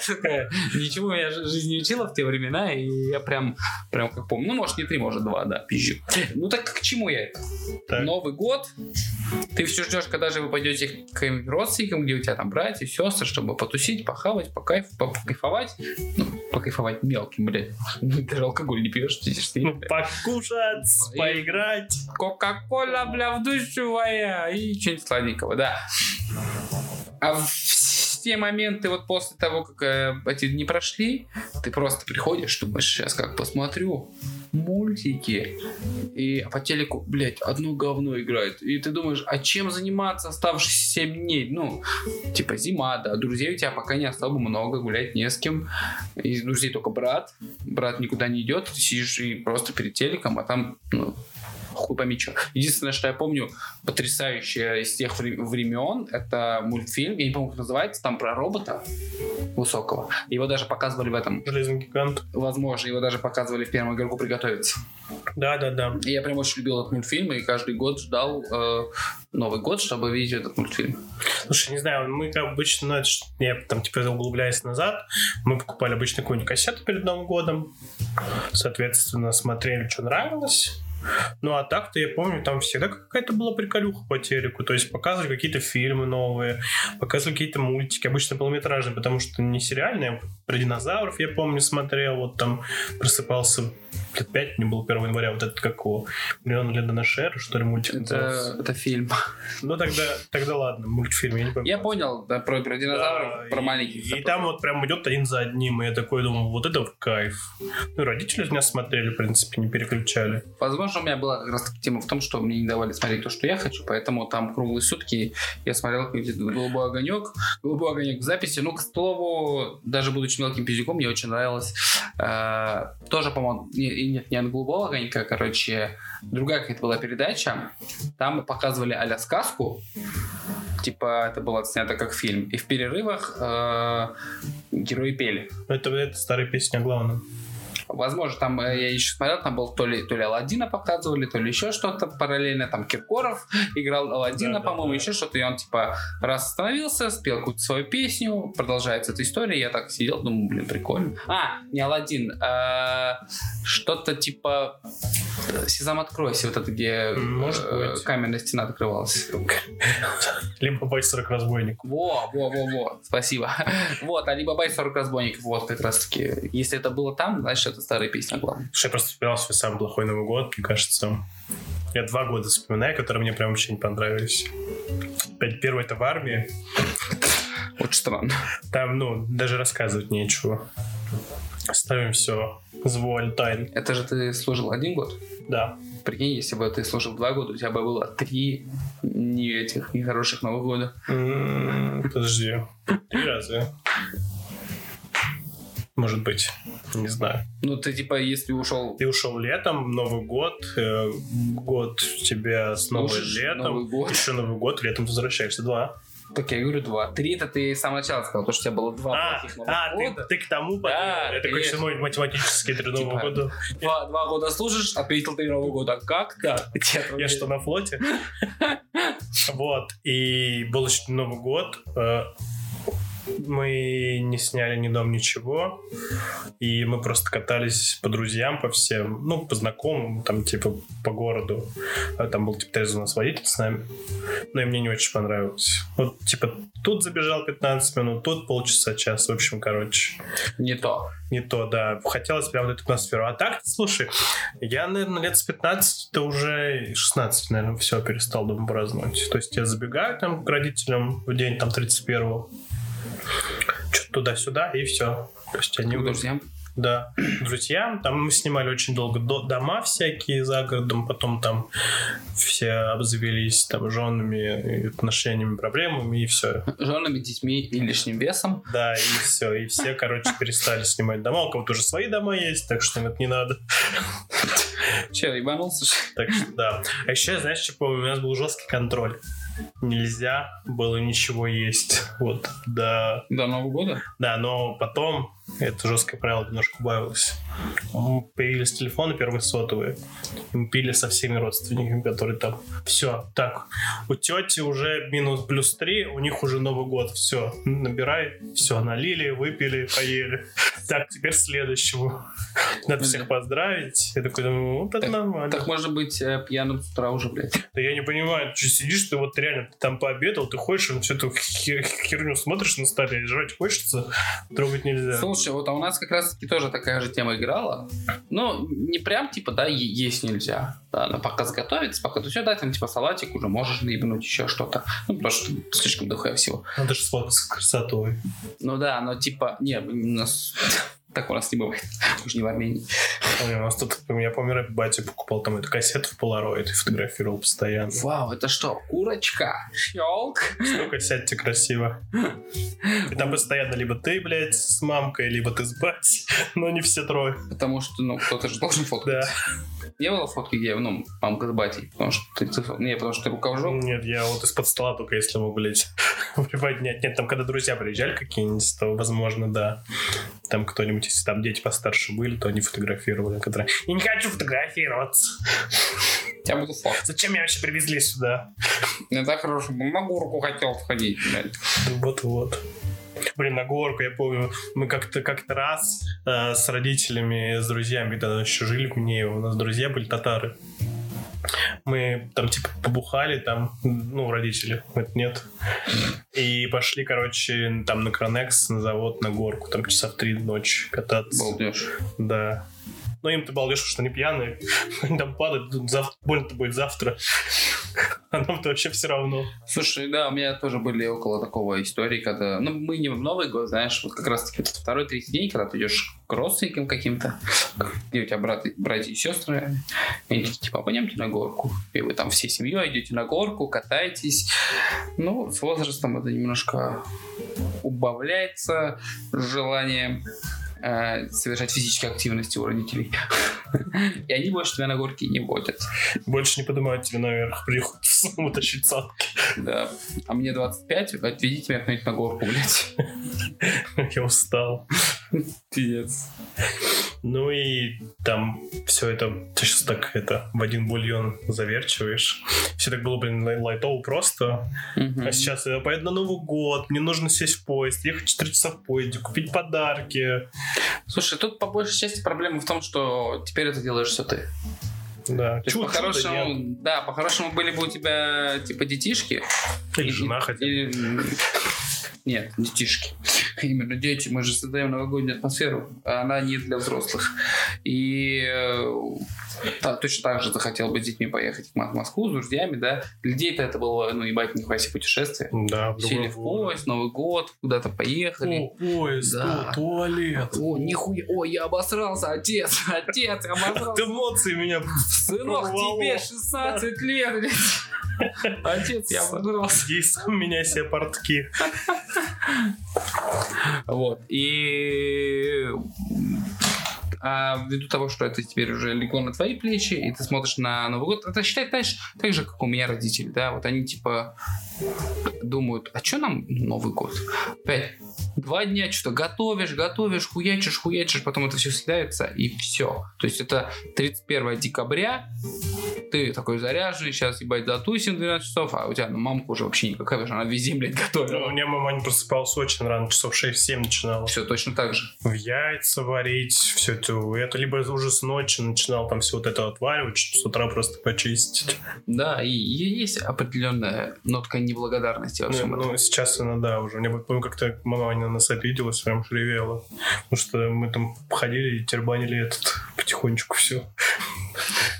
Сука, Ничего меня жи- жизнь не учила в те времена, и я прям, прям как помню. Ну, может, не три, может, два, да, пизжу. Ну, так к чему я это? Так. Новый год, ты все ждешь, когда же вы пойдете к каким-нибудь родственникам, где у тебя там братья, сестры, чтобы потусить, похавать, по кайфу, покайфовать. Ну, покайфовать мелким, блядь. Даже алкоголь не пьешь, сидишь ты. Ну, покушать, поиграть. Кока-кола, бля, вдущевая и что-нибудь сладенького, да. А в- все моменты вот после того, как э, эти дни прошли, ты просто приходишь, думаешь, сейчас как посмотрю мультики, и по телеку, блядь, одно говно играет. И ты думаешь, а чем заниматься оставшиеся 7 дней? Ну, типа зима, да, друзей у тебя пока не особо много, гулять не с кем. Из друзей только брат. Брат никуда не идет, ты сидишь и просто перед телеком, а там, ну, хуй пойми чё. Единственное, что я помню потрясающее из тех вре- времен, это мультфильм, я не помню, как называется, там про робота высокого. Его даже показывали в этом. Железный гигант. Возможно, его даже показывали в первом игроку «Приготовиться». Да, да, да. И я прям очень любил этот мультфильм, и каждый год ждал э, Новый год, чтобы видеть этот мультфильм. Слушай, не знаю, мы как обычно, ну, это ж- я там типа углубляясь назад, мы покупали обычно какую-нибудь кассету перед Новым годом, соответственно, смотрели, что нравилось. Ну а так-то я помню, там всегда какая-то была приколюха по телеку, то есть показывали какие-то фильмы новые, показывали какие-то мультики, обычно полнометражные, потому что не сериальные, а про динозавров я помню смотрел, вот там просыпался лет пять, мне было 1 января, вот этот какого, миллион лет до нашей эры», что ли, мультик назывался. Это, Э, это фильм. Ну тогда, тогда ладно, мультфильм, я не помню. Я понял, да, про, про динозавров, Да, про и- маленьких. И там вот прям идет один за одним, и я такой думал, вот это в кайф. Ну, и родители меня смотрели, в принципе, не переключали. Возможно, у меня была как раз таки тема в том, что мне не давали смотреть то, что я хочу, поэтому там круглые сутки я смотрел какой-то «Голубой огонек», «Голубой огонек» в записи. Ну, к слову, даже будучи мелким пиздюком, мне очень нравилось. э, тоже, по-моему, не- и нет, не от «Голубого огонька», короче, другая какая-то была передача. Там показывали а-ля сказку, типа это было снято как фильм. И в перерывах э, герои пели. Но это, это старая песня, главное. Возможно, там э, я еще смотрел, там был то ли, то ли Алладина показывали, то ли еще что-то параллельно. Там Киркоров играл Алладина, Да, да, по-моему, да. еще что-то. И он типа раз остановился, спел какую-то свою песню, продолжается эта история. Я так сидел, думаю, блин, прикольно. А, не Алладин, а, что-то типа э, Сезам откройся, вот это где Может э, быть. каменная стена открывалась. Либо бой 40 разбойник. Во, во, во, во, спасибо. Вот, Алибаба и 40 разбойников, вот как раз таки. Если это было там, значит, это старая песня, главное. Слушай, я просто вспоминал свой самый плохой Новый год, мне кажется. Я два года вспоминаю, которые мне прям вообще не понравились. Опять первый это в армии. Очень странно. Там, ну, даже рассказывать нечего. Ставим все. Зволь, тайн. Это же ты служил один год. Да. Прикинь, если бы ты служил два года, у тебя бы было три не этих нехороших Нового года. М, Подожди. Три раза. Может быть. Не знаю. Ну, ты типа, если ушел Ты ушел летом, Новый год, э, год тебя снова Слушаешь летом. Новый год. Еще Новый год, летом возвращаешься. Два. так я говорю, два. Три это ты с самого начала сказал, то, что у тебя было два А, плохих Новых а, ты, года. ты к тому подвел. Да, Я такой, конечно. все математические три Нового Типа. года. Два, два года служишь, отметил ты Новый год. А как так? Тебя там- Я что, на флоте? Вот. И был еще Новый год. э, Мы не сняли ни дом, ничего. И мы просто катались по друзьям, по всем, ну, по знакомым, там, типа, по городу. А Там был, типа, трезвый у нас водитель с нами. Но и мне не очень понравилось. Вот, типа, тут забежал 15 минут, тут полчаса, час. В общем, короче Не то. не то, да. Хотелось прям вот эту атмосферу. А так, слушай, я, наверное, лет с 15, то уже 16, наверное, все, перестал дома праздновать. То есть я забегаю там к родителям в день там 31-го, что-то туда-сюда, и все. То есть я не К выхожу. друзьям. Да, к друзьям. Там мы снимали очень долго до- дома всякие за городом, потом там все обзавелись там женами, и отношениями, проблемами, и все. Женами, детьми и лишним весом. Да, и все. И все, короче, перестали снимать дома. У кого-то уже свои дома есть, так что им это не надо. Че, ебанулся? что ли? Так что да. А еще, знаешь, что помню, у нас был жесткий контроль. Нельзя было ничего есть. Вот, да. До Нового года? Да, но потом это жесткое правило немножко убавилось. М, Появились телефоны первые сотовые. И Мы пили со всеми родственниками, которые там. Все, так. У тети уже минус плюс три, у них уже Новый год. Все, набирай. Все, налили, выпили, поели. Так, теперь следующему. Надо всех поздравить. Я такой думаю, «Ну, вот это нормально. Так можно быть э, пьяным с утра уже, блядь. Да я не понимаю, ты что сидишь, ты вот реально ты там пообедал, ты ходишь, и на всю эту хер- херню смотришь на столе, и жрать хочется, трогать нельзя. Слушай, вот а у нас как раз-таки тоже такая же тема играла. Ну, не прям, типа, да, е- есть нельзя. Да, но пока заготовится, пока ты все, да, там, типа, салатик уже можешь наебнуть еще что-то. Ну, потому что слишком дохуя всего. Надо же сфоткаться с красотой. Ну да, но типа, не, у нас... Так у нас не бывает. Уж не в Армении. Помню, у нас тут, я помню, батя покупал там эту кассету в Polaroid и фотографировал постоянно. Вау, это что, курочка? Щелк? Столько сядьте красиво. И там постоянно либо ты, блядь, с мамкой, либо ты с батей, но не все трое. Потому что, ну, кто-то же должен фоткать. Да. Не было фотки, где, ну, мамка с батей, потому что ты цифр... Не, потому что ты рукавжок. Нет, я вот из-под стола только если могу, блядь, приподнять. Нет, там когда друзья приезжали какие-нибудь, то, возможно, да. Там кто-нибудь, если там дети постарше были, то они фотографировали. Которые... Я не хочу фотографироваться. У тебя буду фотки. Зачем меня вообще привезли сюда? Я так хорошо, на горку хотел входить, блядь. Вот-вот. Блин, на горку, я помню, мы как-то как раз э, с родителями, с друзьями, когда еще жили в Минеево, у нас друзья были татары. Мы там типа побухали, там, ну, родители, это нет. И пошли, короче, там на Кронекс, на завод, на горку, там часа в три ночи кататься. Балдеж. Да. Ну, им ты балдеж, что они пьяные. Они там падают, думают, зав- больно-то будет завтра. А нам-то вообще все равно. Слушай, да, у меня тоже были около такого истории, когда... Ну, мы не в Новый год, знаешь, вот как раз-таки вот второй-третий день, когда ты идешь к родственникам каким-то, где у тебя брат, и- братья и сестры, и они такие, типа, пойдемте на горку. И вы там всей семьей идете на горку, катаетесь. Ну, с возрастом это немножко убавляется желание э, совершать физические активности у родителей. И они больше тебя на горке не водят. Больше не поднимают тебя наверх, приходится самому тащить садки. Да. А мне 25, отведите меня кто-нибудь на горку, блядь. Я устал. Пиздец. Ну и там все это, ты сейчас так это в один бульон заверчиваешь. Все так было, блин, лай- лайтово просто. А сейчас я поеду на Новый год, мне нужно сесть в поезд, ехать 4 часа в поезде, купить подарки. Слушай, тут по большей части проблема в том, что теперь это делаешь все ты. Да, То есть чудо, по-хорошему, да, по-хорошему были бы у тебя типа детишки. нет. Или жена хотя бы. Или- Нет, детишки. Именно дети, мы же создаем новогоднюю атмосферу, а она не для взрослых. И э, та- точно так же захотел бы с детьми поехать в Мос- Москву с друзьями, да. Для детей-то это было, ну, ебать, не хватит путешествия. Да, в Сели другой в город. поезд, Новый год, куда-то поехали. О, поезд, Да. о, туалет. О, нихуя, о, я обосрался, отец, отец, я От обосрался. эмоций меня Сынок, порвало. тебе 16 лет, блядь. Отец, я обосрался. и сам меня себе портки. Вот, и... А ввиду того, что это теперь уже легло на твои плечи, и ты смотришь на Новый год, это считай, знаешь, так же, как у меня родители, да, вот они типа думают, а что нам Новый год? Опять два дня что-то готовишь, готовишь, хуячишь, хуячишь, потом это все съедается, и все. То есть это 31 декабря, ты такой заряженный, сейчас, ебать, затусим 12 часов, а у тебя ну, мамка уже вообще никакая, потому что она везде, блядь, Ну, у готовила. меня мама не просыпалась очень рано, часов 6-7 начинала. Все точно так же. В яйца варить, все это, это либо уже с ночи начинал там все вот это отваривать, что с утра просто почистить. Да, и, и есть определенная нотка неблагодарности во Ну, всем этом. ну, сейчас она, да, уже. Мне помню, как-то мама на нас обиделась, прям ревела. Потому что мы там ходили и тербанили этот потихонечку все.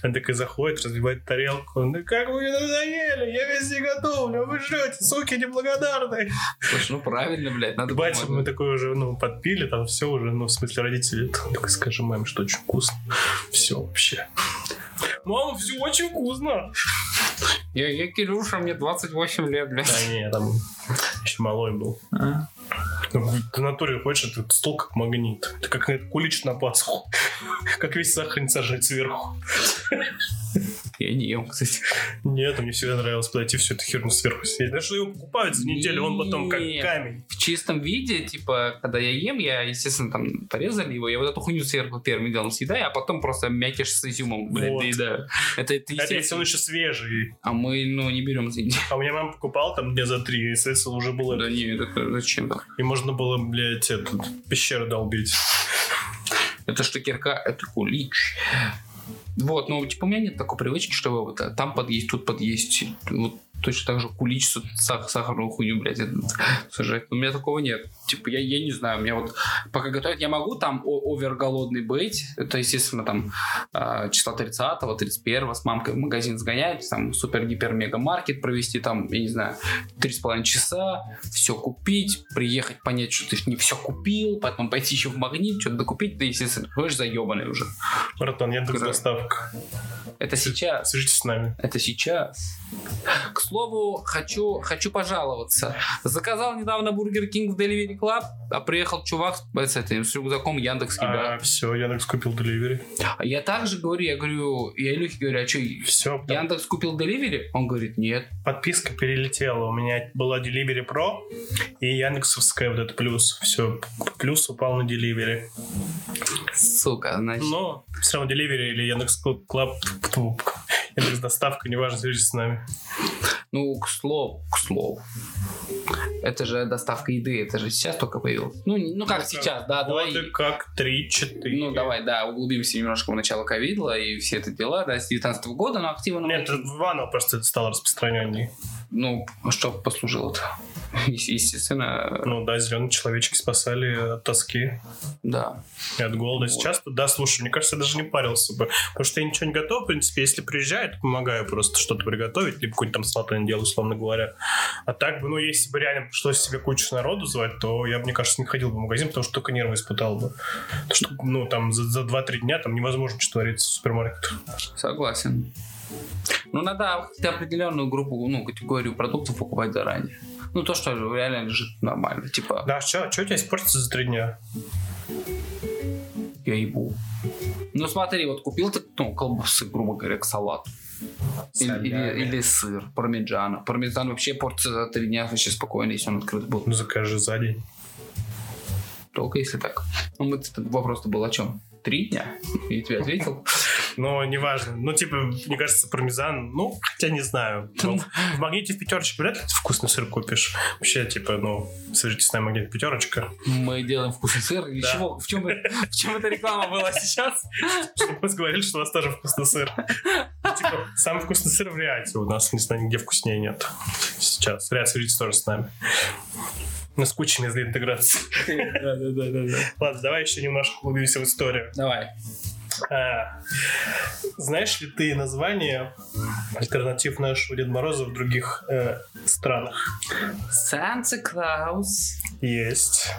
Она такая заходит, разбивает тарелку. Да как вы ее надоели? Я везде готовлю, а вы жрете, суки неблагодарные. Слушай, ну правильно, блядь, надо Батя, мы помогать. такой уже, ну, подпили, там все уже, ну, в смысле, родители. «Ты Только скажи маме, что очень вкусно. Все вообще. Мама, все очень вкусно. я, я Кирюша, мне 28 лет, блядь. Да не, я там еще малой был. А? Ну, Ты в натуре хочешь, этот стол как магнит. Ты как этот кулич на Пасху. Как весь сахар сажать сверху. Я не ем, кстати. Нет, мне всегда нравилось подойти всю эту херню сверху съесть. Даже его покупают за неделю, он потом как Нет. камень. В чистом виде, типа, когда я ем, я, естественно, там порезали его, я вот эту хуйню сверху первым делом съедаю, а потом просто мякиш с изюмом, блядь, Вот. доедаю. Это, это А Это если естественно. он еще свежий. А мы, ну, не берем за неделю. А у меня мама покупала там дня за три, и, соответственно, уже было Да нет, это зачем? так? И можно было, блядь, эту пещеру долбить. Это что кирка, это кулич. э, Вот, ну, типа, у меня нет такой привычки, чтобы вот а, там подъесть, тут подъесть. Вот точно так же кулич с сах- сахарную хуйню, блядь, это, сажать. Но у меня такого нет. Типа, я, я не знаю, у меня вот пока готовить я могу там о- овер голодный быть, это, естественно, там а, числа 30-го, 31-го с мамкой в магазин сгонять, там супер-гипер-мега-маркет провести, там, я не знаю, три с половиной часа, все купить, приехать, понять, что ты не все купил, потом пойти еще в магнит, что-то докупить, ты, естественно, будешь заебанный уже. Братан, Яндекс Куда? доставка. Это сейчас. Свяжитесь с нами. Это сейчас. К слову, хочу, хочу пожаловаться. Заказал недавно Бургер Кинг в Delivery Club, а приехал чувак с, с этим, с рюкзаком Яндекс А, Еда. все, Яндекс купил деливери. Я также говорю, я говорю, я Илюхе говорю, а что, Все, Яндекс купил Delivery? Он говорит, нет. подписка перелетела. У меня была Delivery Pro и Яндексовская вот этот плюс. Все, плюс упал на Delivery. Сука, значит. Но все равно Delivery или Яндекс Клаб, Яндекс Доставка, неважно, свяжитесь с нами. Ну, к слову, к слову. Это же доставка еды, это же сейчас только появилось. Ну, не- ну как Ну, сейчас, да, давай. Годы как 3-4. Ну, давай, да, углубимся немножко в начало ковидла и все это дела, да, с 19 года, но активно... мы Нет, Ванов просто стал распространеннее. Ну, что послужило-то? Е- Естественно, Ну да, зеленые человечки спасали от тоски да. и от голода. Вот. Сейчас, да, слушай, мне кажется, я даже не парился бы. Потому что я ничего не готов, в принципе, если приезжаю, то помогаю просто что-то приготовить, либо какой-нибудь там салат делаю, условно говоря. А так бы, ну, если бы реально пришлось себе кучу народу звать, то я, бы, мне кажется, не ходил бы в магазин, потому что только нервы испытал бы. Потому что, ну, там, за, за 2-3 дня там невозможно, что творится в супермаркетах. Согласен. Ну, надо какую-то определенную группу, ну, категорию продуктов покупать заранее. Ну, то, что реально лежит нормально. Типа, Да, что, что у тебя испортится за 3 дня? я ебу. Ну, смотри, вот купил ты, ну, колбасы, грубо говоря, к салату. Или, или- или сыр, пармиджана. Пармиджан вообще портится за три дня вообще спокойно, если он открыт был. Ну, закажи за день. Только если так. Ну, мы этот вопрос был о чем? Три дня? И тебе ответил? Но неважно. Ну, типа, мне кажется, пармезан, ну, хотя не знаю. Ну, В магните в пятерочке вряд ли ты вкусный сыр купишь. Вообще, типа, ну, свяжитесь с нами магнит пятерочка. Мы делаем вкусный сыр. Или Да. чего? В чем, в чем эта реклама была сейчас? Чтобы вы говорили, что у нас тоже вкусный сыр. Типа, самый вкусный сыр в Риате. У нас, не знаю, нигде вкуснее нет. Сейчас. Риат, свяжитесь тоже с нами. Мы с кучами из интеграции. Ладно, давай еще немножко углубимся в историю. Давай. А, знаешь ли ты название альтернатив нашего Деда Мороза в других э, странах? Санта Клаус. Есть.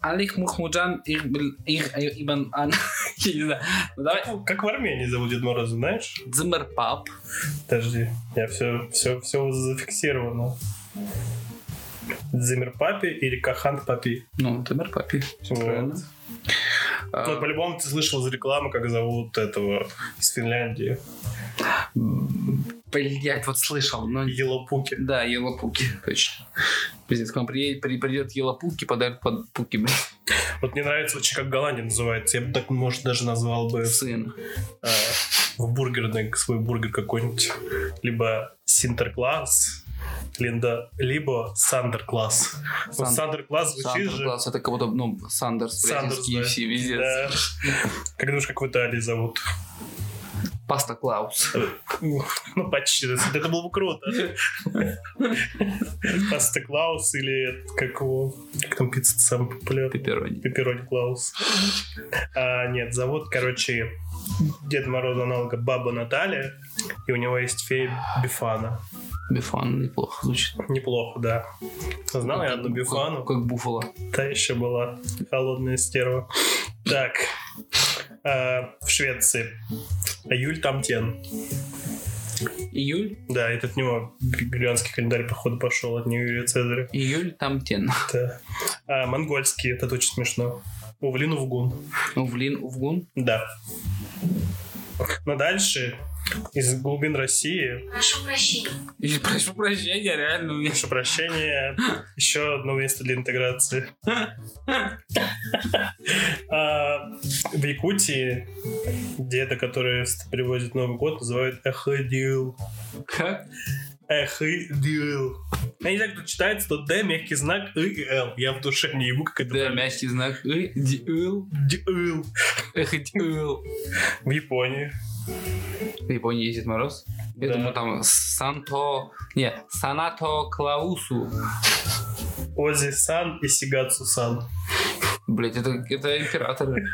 Алих Мухмуджан Ирбл- Ир- Ир- Ибн Ан. Я не знаю. Ну, Давай. Как в Армении зовут Дед Мороза, знаешь? Дзимерпап. Подожди, я все, все, все зафиксировано. Дзимир Папи или Кахан Папи. Ну, Дзимерпапи. Всё правильно. А, Ну, по-любому ты слышал из рекламы, как зовут этого из Финляндии. Блять, вот слышал. но- Елопуки. Да, Елопуки, точно. Пиздец, к вам приедет, при- придет Елопуки, подарит под пуки, блядь, Вот мне нравится вообще, как Голландия называется. Я бы так, может, даже назвал бы сын. э, в бургерный свой бургер какой-нибудь. Либо Синтеркласс, линда- либо Сандеркласс. Вот Сандер- Сандеркласс звучит же. Сандерс, это как будто, ну, Сандерс, блядь, из Сандерс, да. KFC, везде. Да. Как думаешь, как в Италии зовут? Паста Клаус. Ну, почти. Это было бы круто. Паста Клаус или как его... Как там пицца самый популярный? Пепперони. Пепперони Клаус. А, нет, зовут, короче, Дед Мороз аналога Баба Наталья. И у него есть фея Бифана. Бифан неплохо звучит. Неплохо, да. Знал я Как- одну как- Бифану. Как буфало. Та еще была холодная стерва. Так. А, в Швеции. Юль Тамтен. Июль, Да, это от него григорианский календарь, походу, пошел от нее Юлия Цезаря. июль там тен. Это, а, монгольский, это очень смешно. Увлин Увгун. Увлин, увгун. Да. Но дальше из глубин России, Прошу прощения. И прошу прощения, реально у меня. прошу прощения, еще одно место для интеграции. А, В Якутии деда, который приводит Новый год, называют Эхадил. Как? Эхидил. Я не знаю, кто читается, но Д мягкий знак И и Л. Я в душе не ему, как это Да, мягкий знак. И, диил, правильно. Дил. эх, диил. В Японии. В Японии есть Дед Мороз? Я Да. думаю, там Санто... Не, Санато Клаусу. Ози Сан и Сигацу Сан. Блять, это, это императоры.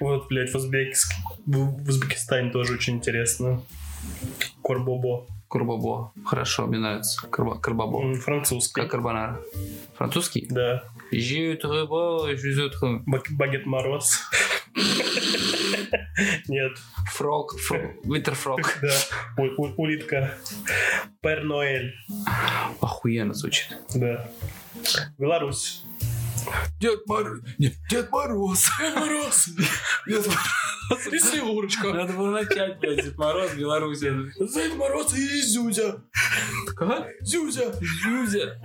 Вот, блядь, в, Узбекиск- в в Узбекистане тоже очень интересно. Корбобо. Курбабо. Хорошо, мне нравится. Курба- Курбабо. Он французский. Как карбонара. Французский? Да. Je te beau, je te- Бак- Багет Мороз. Нет, Frog, fro- winter frog. да. У- у- Улитка. Пер Ноэль. Охуенно звучит. Да. Беларусь. Дед Мороз. Дед Мороз. Дед Мороз. Дед Мороз. И Снегурочка. Надо было начать, блядь, Дед Мороз, Беларусь. Дед Мороз и Зюзя. Как? Зюзя. Зюзя.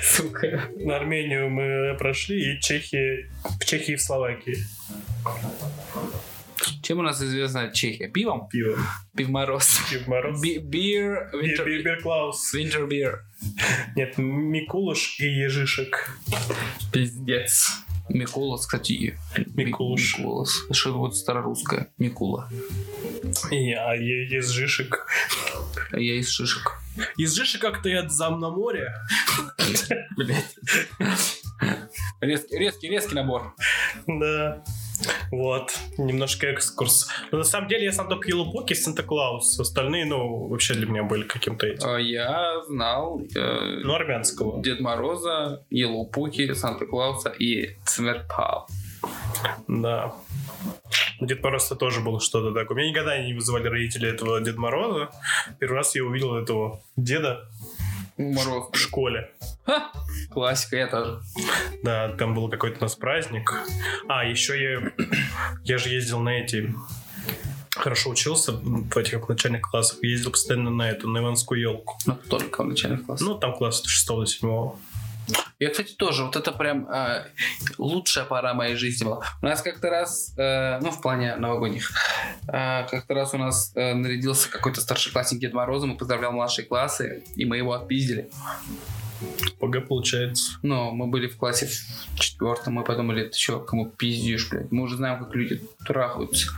Сука. На Армению мы прошли и Чехии, в Чехии и в Словакии. Чем у нас известна Чехия? Пивом? Пиво. Пив Мороз. Дед Мороз. Би- Бир. Бир- Winter Бир- beer. Бир Клаус. Winter beer. Нет, Микулыш и Ежишек. Пиздец. Микулас, кстати. Ми- Микулаш. Микулас. Что это вот старорусское? Микула. И, а е- Ежишек. А я из шишек. Ежишек как-то я зам на море. Блять. Резкий, резкий, резкий набор. Да. Вот, немножко экскурс. Но на самом деле я сам только Елупок и Санта-Клаус. Остальные, ну, вообще для меня были каким-то этим. А Я знал э, Ну, армянского. Дед Мороза, Елупуки, Санта-Клауса и Цмерпал. Да. Ну, Дед Мороз это тоже было что-то такое. Меня никогда не вызывали родители этого Деда Мороза. Первый раз я увидел этого деда Ну, Мороз. в школе. Ха! Классика, я тоже. Да, там был какой-то у нас праздник. А, еще я, я же ездил на эти... Хорошо учился в этих начальных классах. Ездил постоянно на эту, на Иванскую елку. Ну, только в начальных классах. Ну, там класс 6 до 7. Я, кстати, тоже, вот это прям э, лучшая пора моей жизни была. У нас как-то раз, э, ну, в плане новогодних, э, как-то раз у нас э, нарядился какой-то старшеклассник Дед Морозом и поздравлял младшие классы, и мы его отпиздили. ПГ получается. Но мы были в классе в четвертом, мы подумали, ты чё, кому пиздишь, блядь? Мы уже знаем, как люди трахаются.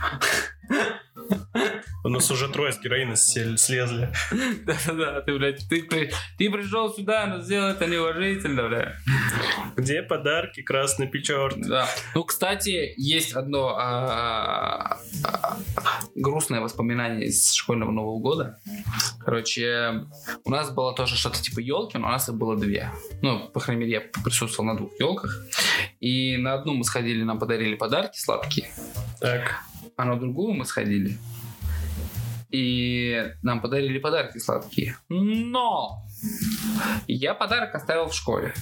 У нас уже трое с героина сели- слезли. Да-да-да, ты, блядь, ты, при- ты пришел сюда, но сделал это неуважительно, бля. Где подарки, красный печорт? Да. Ну, кстати, есть одно а, а, грустное воспоминание из школьного Нового года. Короче, у нас было тоже что-то типа елки, но у нас их было две. Ну, по крайней мере, я присутствовал на двух елках. И на одну мы сходили, нам подарили подарки сладкие, Так. а на другую мы сходили. И нам подарили подарки сладкие. Но я подарок оставил в школе.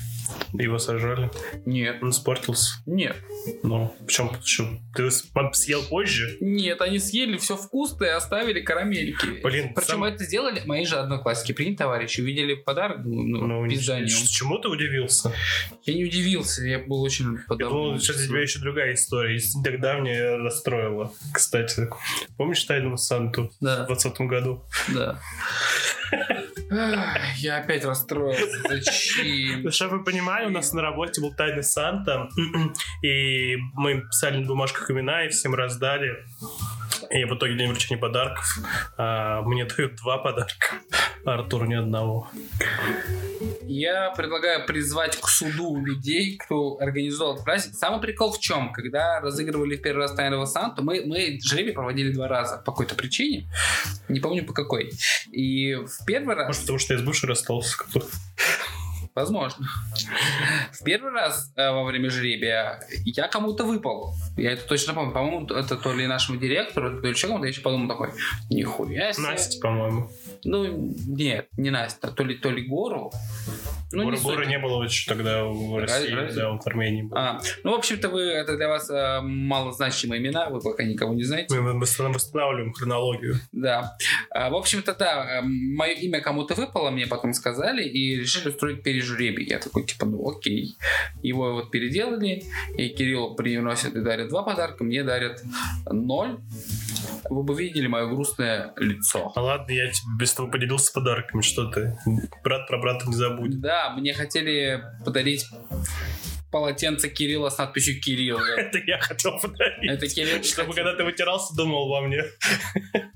Его сожрали. Нет, Он испортился. нет, Ну, в чем почему? Ты с- пап- съел позже? Нет, они съели все вкусное и оставили карамельки. Блин, Причем сам- это сделали мои же одноклассники. Прикинь, товарищи, увидели подарок, ну, Ну, ну пизда не- не- ч- чему ты удивился? Я не удивился, я был очень Я думал, Ну, сейчас у тебя еще другая история. есть, Так давняя расстроила. Кстати, помнишь тайну Санту в Да, 20 году? да. Ах, Я опять расстроился. Зачем? Ну, Чтобы вы понимали, у нас на работе был тайный Санта, и мы им писали на бумажках имена и всем раздали. И в итоге день вручения подарков а, мне дают два подарка, а Артуру ни одного. Я предлагаю призвать к суду людей, кто организовал этот праздник. Самый прикол в чем? Когда разыгрывали в первый раз Тайного Санту, мы, мы жребий проводили два раза по какой-то причине. Не помню по какой. И в первый раз... Может, потому что я с бывшей расстался. как бы. Возможно. В первый раз э, во время жребия я кому-то выпал. Я это точно помню. По-моему, это то ли нашему директору, то ли еще кому-то. Я еще подумал такой, нихуя себе. Настя, по-моему. Ну, нет, не Настя. То ли, то ли Гору. Ну, не Бора Бора суть. не было еще тогда в России, разве? да, он в Армении был. А, ну, в общем-то, вы, это для вас э, малозначимые имена, вы пока никого не знаете. Мы мы восстан- восстанавливаем хронологию. Да. А, В общем-то, да, мое имя кому-то выпало, мне потом сказали, и решили устроить пережребий. Я такой, типа, ну окей. Его вот переделали, и Кириллу приносят и дарят два подарка, мне дарят ноль. Вы бы видели мое грустное лицо. А ладно, я тебе без того поделился подарками, что ты. Брат про брата не забудет. Да, мне хотели подарить полотенце Кирилла с надписью Кирилл. да. Это я хотел подарить. Это Кирилл. Чтобы хотел. когда ты вытирался, думал во мне.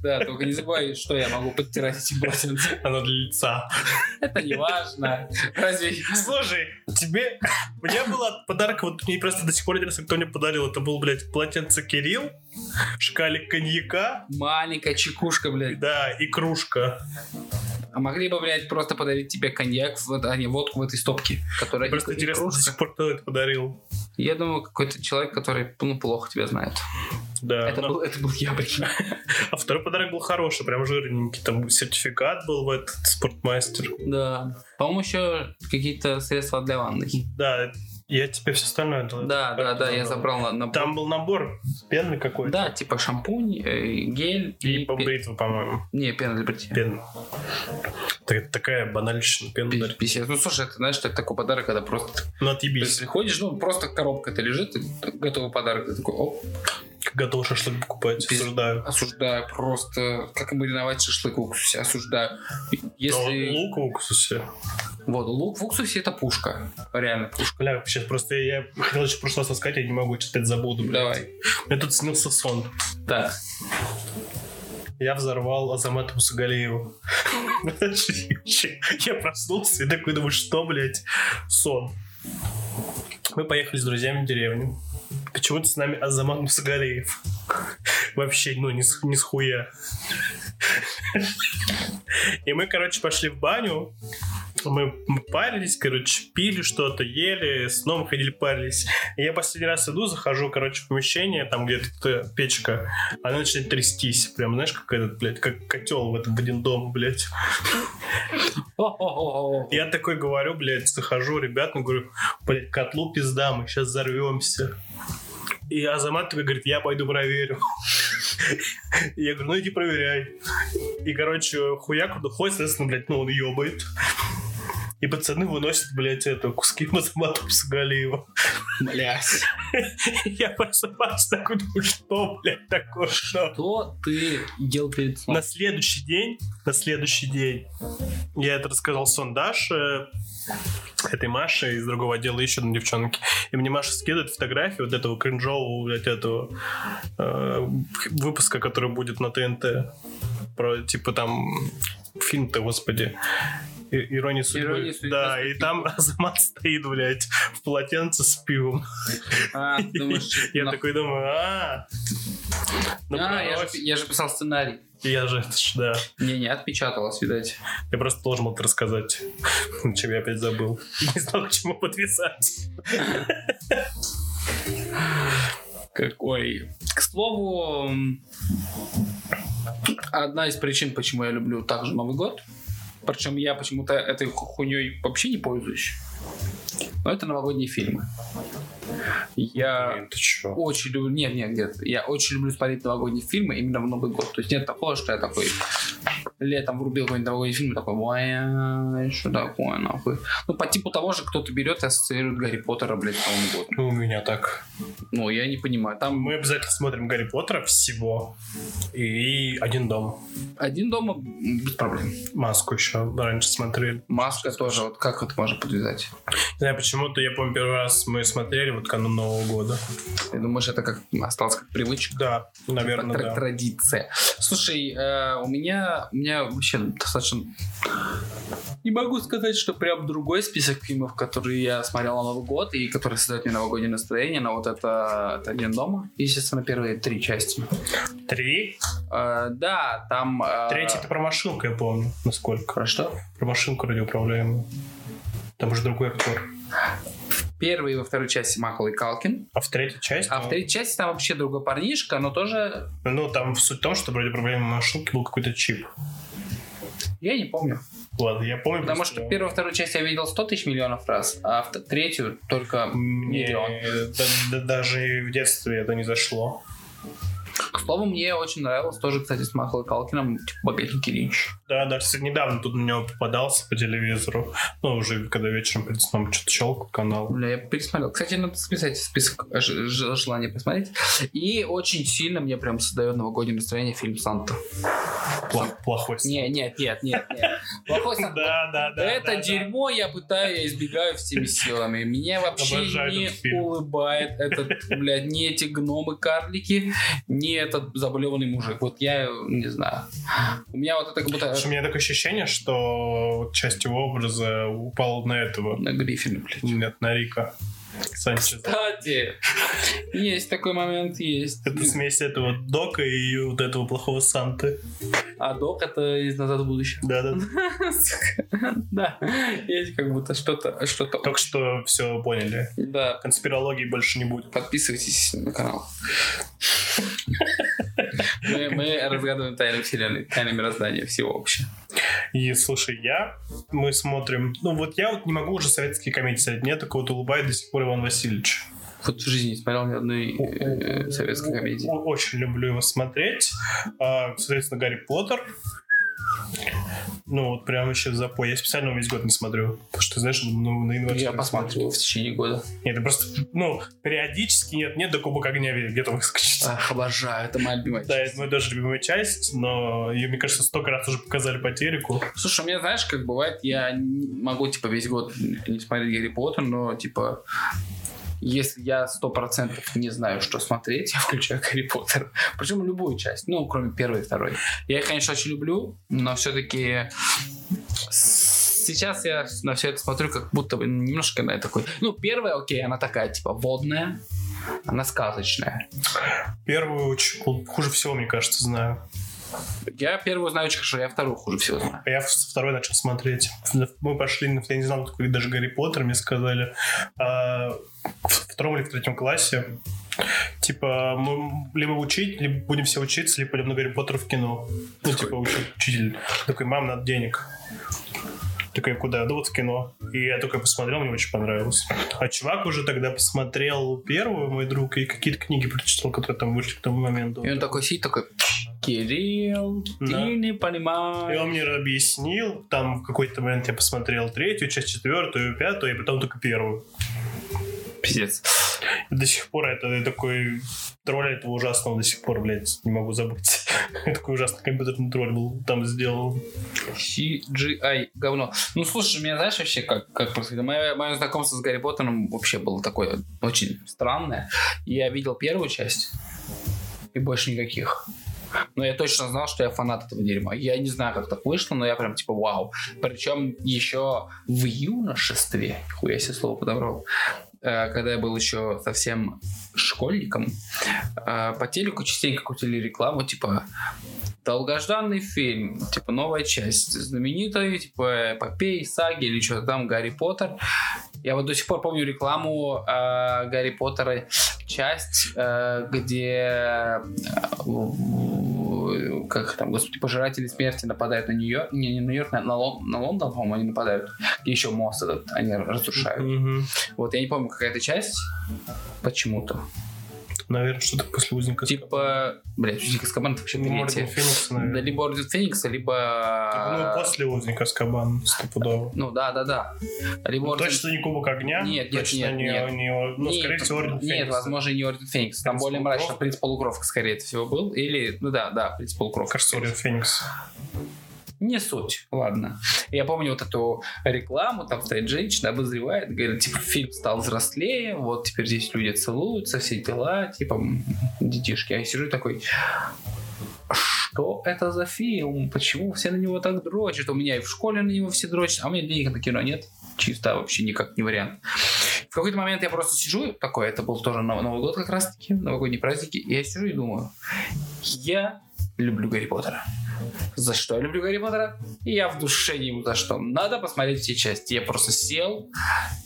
Да, только не забывай, что я могу подтирать эти полотенца. Оно для лица. Это не важно. Разве... Слушай, тебе... Мне был от подарка, вот мне просто до сих пор интересно, кто мне подарил. Это был, блядь, полотенце Кирилл, шкалик коньяка, Маленькая чекушка, блядь. да, и кружка. А могли бы, блядь, просто подарить тебе коньяк, в- а не водку в этой стопке, которая... Просто и- и интересно, до кружка. сих пор кто это подарил. Я думаю, какой-то человек, который, ну, плохо тебя знает. Да. Это но- был, это был я, прикинь. А второй подарок был хороший, прям жирненький. Там сертификат был в этот спортмастер. Да. По-моему, еще какие-то средства для ванны. Да, я тебе все остальное дал. Да, да, да, я забрал на... на- Там был набор пены какой-то. Да, типа шампунь, э, гель И пе- бритва, по-моему. Не, пена для бритья. Пена. Так- такая банальщина, пена. Пи- писец. Ну, слушай, это, знаешь, это такой подарок, когда просто... Ну, То отъебись. есть, приходишь, ну, просто коробка-то лежит, и готовый подарок. Ты такой, оп, Как Готов шашлык покупать, А Пиз- осуждаю. осуждаю просто, как мариновать шашлык в уксусе, осуждаю. Если... Но лук в уксусе. Вот, лук в уксусе это пушка. Реально пушка. Бля, вообще просто я, я хотел еще в прошлый раз рассказать, я не могу читать, забуду. Бля. Давай. Мне тут снился сон. Так. Я взорвал Азамата Мусагалиева. Я проснулся и такой думаю, что, блядь, сон. Мы поехали с друзьями в деревню. Почему-то с нами Азамат Мусагалиев. Вообще, ну, не с, ни с хуя. И мы, короче, пошли в баню. Мы, мы парились, короче, пили что-то, ели, снова ходили, парились. И я последний раз иду, захожу, короче, в помещение, там где-то печка она начинает трястись. Прям, знаешь, как этот, блядь, как котел в этом в один дом, блядь. О-о-о-о. Я такой говорю, блядь, захожу, ребятам говорю, блядь, котлу пизда, мы сейчас взорвемся. И Азамат такой говорит, я пойду проверю. И я говорю, ну иди проверяй. И, короче, хуяк куда ходит, соответственно, блядь, ну он ебает. И пацаны выносят, блядь, это, куски Азамата Псагалиева. Блядь. Я просыпаюсь такой, думаю, что, блядь, такое, что? Что ты ел перед сном? На следующий день, на следующий день я это рассказал сон Даше, этой Маше из другого отдела еще одной девчонки. И мне Маша скидывает фотографии вот этого кринжового, блядь, этого э, выпуска, который будет на ТНТ. Про, типа, там, фильм-то, господи, И- «Ирония судьбы». «Ирония судьбы». Да, и там Азамат стоит, блядь, в полотенце с пивом. А, ты думаешь, что- Я на- такой думаю, а А, я напророчь». же, я же писал сценарий. Я же, это ж, да. Не, не, отпечаталось, видать. Я просто должен был это рассказать. Чем я опять забыл. Не знал, к чему подвязать. Какой. К слову, м, одна из причин, почему я люблю также Новый год, причем я почему-то этой ху- хуйней вообще не пользуюсь, но это новогодние фильмы. Я... Блин, ты чё? очень люблю, нет, нет, нет, я очень люблю смотреть новогодние фильмы именно в Новый год. То есть нет такого, что я такой летом врубил какой-нибудь новогодний фильм, и такой, «Ой, что такое, нахуй. Ну, по типу того же, кто-то берет и ассоциирует Гарри Поттера, блядь, с Новым годом. Ну, у меня так. Ну, я не понимаю. Там Мы обязательно смотрим Гарри Поттера всего. И один дом. один дома м, без проблем. Маску еще раньше смотрели. Маска тоже, вот как это можно подвязать? Не знаю, почему-то я помню первый раз мы смотрели вот канун Нового года. Ты думаешь, это как осталось как привычка? Да, наверное, Тра- да. Традиция. Слушай, э, у меня, у меня вообще достаточно... Не могу сказать, что прям другой список фильмов, которые я смотрел на Новый год и которые создают мне новогоднее настроение, но вот это, это «Один дома», естественно, первые три части. Три? Э, да, там... э, Третий это про машинку, я помню. Насколько? Про что? Про машинку радиоуправляемую. Там уже другой актер. В первой и во второй части Маккол и Калкин. А в третьей части? А в третьей части там вообще другой парнишка, но тоже... Ну, там суть в том, что вроде проблема машинки был какой-то чип. Я не помню. Ладно, я помню. Потому просто- что первую и вторую часть я видел 100 тысяч миллионов раз, а в т- третью только Мне миллион. да- да- даже и в детстве это не зашло. К слову, мне очень нравилось тоже, кстати, с Махалой Калкиным типа, «Богатенький Линч». Да, да, кстати, недавно тут на него попадался по телевизору. Ну, уже когда вечером перед сном что-то щелкал канал. Бля, я пересмотрел. Кстати, надо списать в список э, ж- ж- желания посмотреть. И очень сильно мне прям создает новогоднее настроение фильм «Санта». Пла- плохой сон. Не, нет, нет, нет, нет. Плохой Санта. Да, да, да. это да, да. дерьмо я пытаю, я избегаю всеми силами. Меня вообще Обожаю этот не фильм. улыбает этот, блядь, не эти гномы-карлики, не этот заблеванный мужик. Вот я э, не знаю. У меня вот это как будто Потому что у меня такое ощущение, что вот часть его образа упала на этого. на Гриффина, блядь. Нет, на Рика. Санчеза. Кстати, есть такой момент, есть. Это смесь этого Дока и вот этого плохого Санты. А док это из «Назад в будущее». Да-да. Сука. Да, есть как будто что-то, что-то. Только что все поняли. Да, Конспирологии больше не будет. подписывайтесь на канал. Мы, мы разгадываем тайны вселенной, тайны мироздания всего вообще. И слушай, я, мы смотрим, ну вот я вот не могу уже советские комедии смотреть, мне так вот улыбает до сих пор Иван Васильевич. Вот в жизни не смотрел ни одной э, советской комедии. О- Очень люблю его смотреть. А, соответственно, Гарри Поттер. Ну вот прям вообще запой. Я специально его весь год не смотрю, потому что, знаешь, ну, на январь... Я посмотрел в течение года. Нет, это просто, ну, периодически нет, нет, до Кубок Огня где-то выскочит. Ах, обожаю, это моя любимая Да, это моя тоже любимая часть, но ее, мне кажется, столько раз уже показали по телеку. Слушай, у меня, знаешь, как бывает, я не- могу, типа, весь год не смотреть Гарри Поттер, но, типа, если я сто процентов не знаю, что смотреть, я включаю Гарри Поттер. Причем любую часть, ну, кроме первой и второй. Я их, конечно, очень люблю, но все-таки сейчас я на все это смотрю как будто бы немножко на такой... Ну, первая, окей, она такая, типа, водная, она сказочная. Первую очень хуже всего, мне кажется, знаю. Я первую знаю очень хорошо, я вторую хуже всего знаю. А я со второй начал смотреть. Мы пошли, на- я не знал, какой даже Гарри Поттер, мне сказали, а, в втором или в третьем классе, типа, мы либо учить, либо будем все учиться, либо пойдем на Гарри Поттер в кино. Ну, типа, учи- учитель такой, мам, надо денег. Такой, куда? Да вот в кино. И я только посмотрел, мне очень понравилось. А чувак уже тогда посмотрел первую, мой друг, и какие-то книги прочитал, которые там вышли к тому моменту. И он такой сидит, такой, Кирилл, ты Да. не И понимаешь. он мне объяснил, там в какой-то момент я посмотрел третью, часть четвертую, пятую, и потом только первую. Пиздец. И до сих пор это я такой тролль этого ужасного до сих пор, блядь, не могу забыть. Такой ужасный компьютерный тролль был, там сделал. CGI, говно. Ну, слушай, меня знаешь вообще, как, как происходило? Мое, мое знакомство с Гарри Поттером вообще было такое очень странное. Я видел первую часть и больше никаких. Но я точно знал, что я фанат этого дерьма. Я не знаю, как так вышло, но я прям типа вау. Причем еще в юношестве, хуя себе слово подобрал, э, когда я был еще совсем школьником, э, по телеку частенько крутили рекламу, типа долгожданный фильм, типа новая часть, знаменитой, типа эпопеи, саги или что-то там, Гарри Поттер. Я вот до сих пор помню рекламу э, Гарри Поттера, часть, э, где э, в- как там, господи, пожиратели смерти нападают на Нью-Йорк, не, не на Нью-Йорк, на, на Лон- на Лондон, по-моему, они нападают, где еще мост этот, они разрушают. Мгм. Вот, я не помню, какая это часть, почему-то. Наверное, что-то после узника. Типа, блядь, «Узник Азкабана» это вообще Ну, Морган третья. Феникс, Да, наверное. либо Орден Феникса, либо... э, Ну, после узника Скабан, стопудово. Ну, да, да, да. Либо Орден- Ну, Точно не Кубок Огня? Нет, нет, точно нет, не, нет. не- ну, Нет, скорее всего, Орден Нет, Феникса. возможно, и не Орден Феникс. Там Принц более Полукровка. мрачно. Принц Полукровка, скорее всего, был. Или, ну да, да, Принц Полукровка. Кажется, Орден Феникс. Не суть, ладно. Я помню вот эту рекламу, там стоит женщина, обозревает, говорит, типа, фильм стал взрослее, вот теперь здесь люди целуются, все дела, типа, м, детишки. А я сижу такой, что это за фильм? Почему все на него так дрочат? У меня и в школе на него все дрочат, а у меня денег на кино нет. Чисто вообще никак не вариант. В какой-то момент я просто сижу, такой, это был тоже Нов- Новый год как раз-таки, новогодние праздники, и я сижу и думаю, я люблю Гарри Поттера. За что я люблю Гарри Поттера? И я в душе ему за что. Надо посмотреть все части. Я просто сел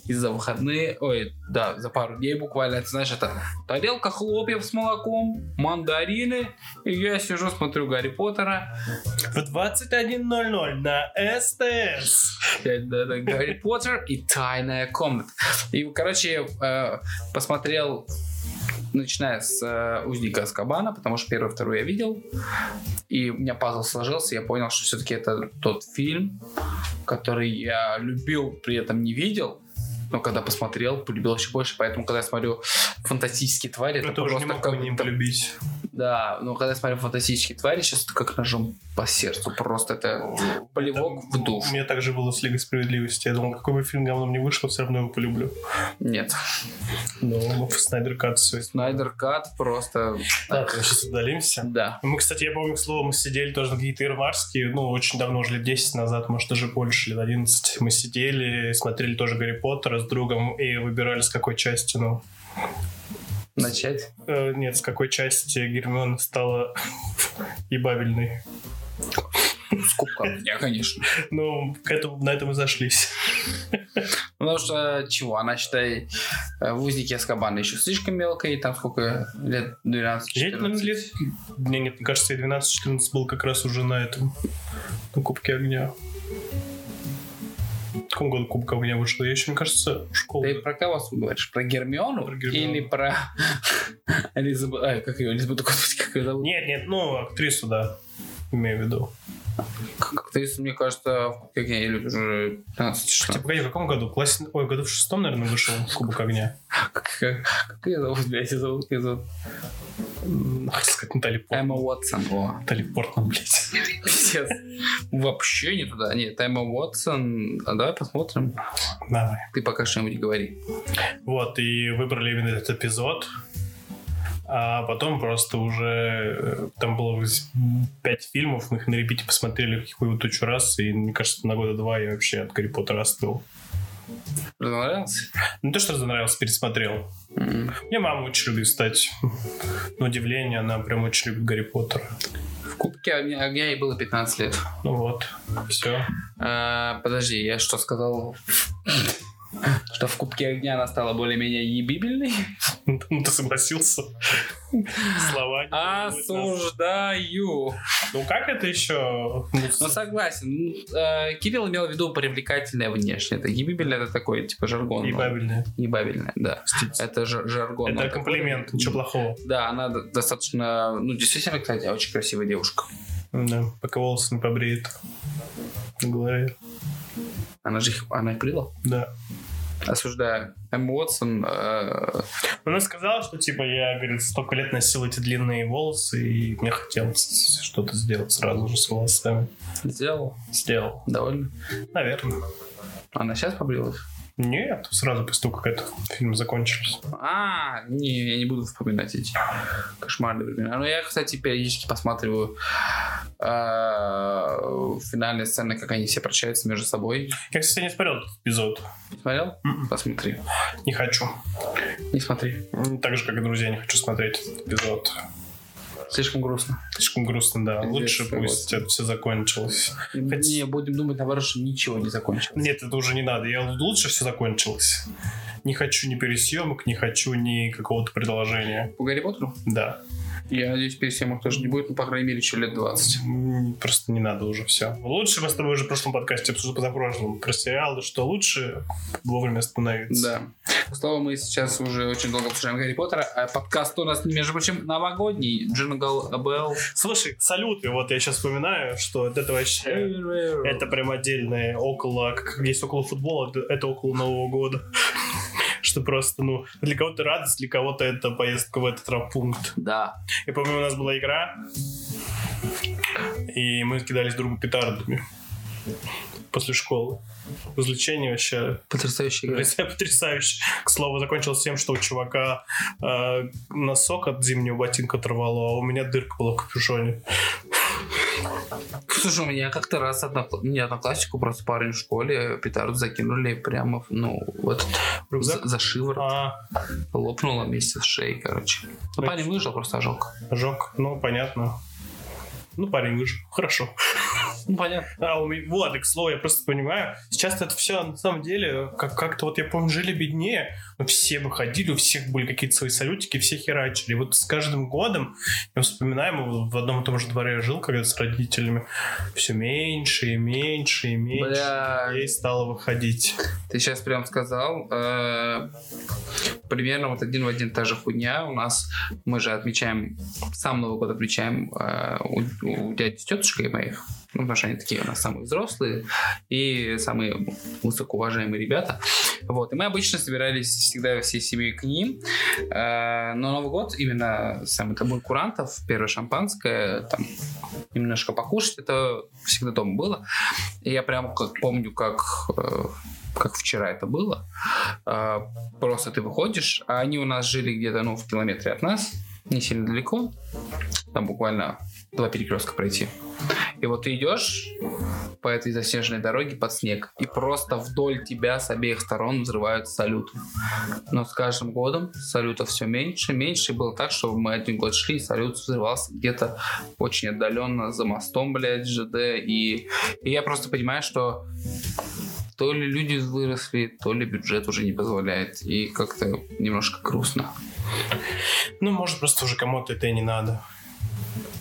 и за выходные, ой, да, за пару дней буквально, это знаешь, это тарелка хлопьев с молоком, мандарины, и я сижу, смотрю Гарри Поттера. В 21.00 на СТС. Я- да, да, Гарри Поттер и тайная комната. И, короче, э, посмотрел начиная с э, Узника Аскабана, потому что первый, второй я видел. И у меня пазл сложился, я понял, что все-таки это тот фильм, который я любил, при этом не видел. Но когда посмотрел, полюбил еще больше. Поэтому, когда я смотрю фантастические твари, это, Это уже не просто мог как... не это- полюбить. Да, но когда я смотрю фантастические твари, сейчас это как ножом по сердцу. Просто это плевок в У душу. меня так же было с Лигой Справедливости. Я думал, какой бы фильм говном не вышел, все равно его полюблю. Нет. Но ну, Снайдер Кат всё. Снайдер Кат просто... Так, мы сейчас удалимся. Ну, Да. Мы, кстати, я помню, к слову, мы сидели тоже на какие-то ирмарские, ну, очень давно, уже лет 10 назад, может, даже больше, лет 11. Мы сидели, смотрели тоже Гарри Поттера с другом и выбирали, с какой части, ну... Начать. э, нет, с какой части Гермиона стала ебабельной. С кубком. Я, конечно. Ну, к этому, на этом и зашлись. Ну, Потому что, э, чего, она, считай, э, в узнике Аскабана еще слишком мелкая, и там сколько лет? 12 Я, наверное, лет... Мне нет, мне кажется, я 12-14 был как раз уже на этом, на Кубке Огня. В каком году Кубка Огня вышла? Я еще, мне кажется, в школу... Ты про кого говоришь? Про Гермиону? Про Гермиону. Или про Элизабет... Ай, как ее? Элизабет, господи, как ее зовут? Нет, нет, ну, актрису, да, имею в виду. Как Актрису, мне кажется, в «Кубке огня» или уже 15 что Хотя, ли. погоди, в каком году? В классе... Ой, году в шестом, наверное, вышел Кубок Огня. Как как ее зовут, блядь, ее зовут, ее зовут? М, Хотел сказать Натали Эмма Портман. Уотсон. О, Натали Портман, блядь. пиздец. Вообще не туда. Нет, Эмма Уотсон. А давай посмотрим. Давай. Ты пока что-нибудь говори. Вот, и выбрали именно этот эпизод. А потом просто уже э, там было вз- пять фильмов, мы их на репите посмотрели какую-то тучу раз, и мне кажется, на года два я вообще от Гарри Поттера остыл. Понравилось? Не то, что занравился, пересмотрел. М. Мне мама очень любит, кстати. На удивление, она прям очень любит Гарри Поттера. В Кубке огня огня ей было 15 лет. Ну вот, все. А, подожди, я что сказал? Что в Кубке огня она стала более-менее ебибельной? Ну ты согласился. Слова. не А, будет нас. Осуждаю. Ну как это еще? Ну, согласен. Ну, э, Кирилл имел в виду привлекательное внешне. Это ебибель это такой, типа, жаргон. И бабельное. Ебабельное, да. Это же жаргон. Это он такой. комплимент, ничего плохого. Да, она д- достаточно, ну, действительно, кстати, очень красивая девушка. Ну Да, пока волосы не побреет. На голове. Она же их, она их брила. Да. Осуждаю. Эмма Уотсон, э, Она сказала, что типа я, говорит, столько лет носил эти длинные волосы, и мне хотелось что-то сделать сразу же с волосами. сделал Сделал. довольно. Наверное. Она сейчас побрилась? Нет, сразу после того, как этот фильм закончился. А, не, я не буду вспоминать эти кошмарные времена. Но я, кстати, периодически посматриваю э, финальные сцены, как они все прощаются между собой. Я, кстати, не смотрел этот эпизод. Не Смотрел? Мгм. Посмотри. Не хочу. Не смотри. М, Так же, как и друзья, не хочу смотреть этот эпизод. Слишком грустно. Слишком грустно, да. Пиздец, Лучше вот. пусть это все закончилось. Хоть- Не будем думать, наоборот, что ничего не закончилось. Нет, это уже не надо. Я лучше все закончилось. Не хочу ни пересъемок, не хочу ни какого-то предложения. По Гарри Поттеру? Да. Я надеюсь, пересъемок тоже не будет, ну, по крайней мере, еще лет 20. М, Просто не надо уже все. Лучше мы с тобой уже в прошлом подкасте обсуждали позапрошлом про сериалы, что лучше вовремя остановиться. Да. К слову, мы сейчас уже очень долго обсуждаем Гарри Поттера, а подкаст у нас, между прочим, новогодний. Джингл Белл. Слушай, салюты. Вот я сейчас вспоминаю, что вот это вообще... Это прям отдельное около... Как есть около футбола, это- это около Нового года. Что просто, ну, для кого-то радость, для кого-то это поездка в этот травмпункт. Да. Я помню, у нас была игра, и мы кидались другу петардами после школы. Развлечение вообще Потрясающая игра. потрясающе, потрясающе. К слову, закончилось тем, что у чувака э, носок от зимнего ботинка оторвало, а у меня дырка была в капюшоне. Слушай, у меня как-то раз однокла- мне однокласснику просто парень в школе петарду закинули прямо, в- ну, вот В Рюкзак? за, за шиворот. А, Лопнуло вместе с шеей, короче. Ну, Ну, парень выжил, просто ожог. ожог. Ну, понятно. Ну, парень выжил. Хорошо. Ну, понятно. А, у меня- вот, и к слову, я просто понимаю, сейчас это все на самом деле, как- как-то вот я помню, жили беднее, но все выходили, у всех были какие-то свои салютики, все херачили. И вот с каждым годом, я вспоминаю, мы в одном и том же дворе я жил, когда с родителями, все меньше и меньше и меньше Бля. людей стало выходить. Ты сейчас прям сказал, э, примерно вот один в один та же хуйня. У нас мы же отмечаем, сам Новый год отмечаем э, у, у дяди с тетушкой моих. Ну, потому что они такие у нас самые взрослые и самые высокоуважаемые ребята. Вот. И мы обычно собирались всегда всей семьей к ним. Э, но Новый год именно самый табун курантов, первое шампанское, там немножко покушать, это всегда дома было. И я прям как помню, как э, как вчера это было. А, Просто ты выходишь, а они у нас жили где-то, ну, в километре от нас, не сильно далеко, там буквально два перекрестка пройти. И вот ты идешь по этой заснеженной дороге под снег, и просто вдоль тебя с обеих сторон взрывают салюты. Но с каждым годом салютов все меньше, меньше. И было так, что мы один год шли, и салют взрывался где-то очень отдаленно за мостом, блядь, ЖД. И, и я просто понимаю, что то ли люди выросли, то ли бюджет уже не позволяет. И как-то немножко грустно. Ну, может, просто уже кому-то это и не надо.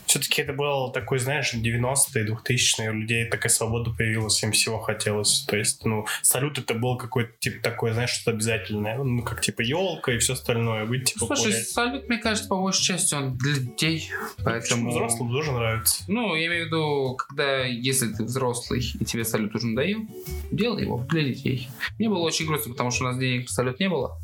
Все-таки это было такой, знаешь, 90-е, 2000-е, у людей такая свобода появилась, им всего хотелось. То есть, ну, салют это был какой-то, типа, такой, знаешь, что-то обязательное. Ну, как, типа, елка и все остальное. Быть, типа, Слушай, гулять. салют, мне кажется, по большей части он для детей. Поэтому... Взрослым тоже нравится. Ну, я имею в виду, когда, если ты взрослый и тебе салют уже надоел, делай его для детей. Мне было очень грустно, потому что у нас денег на салют не было.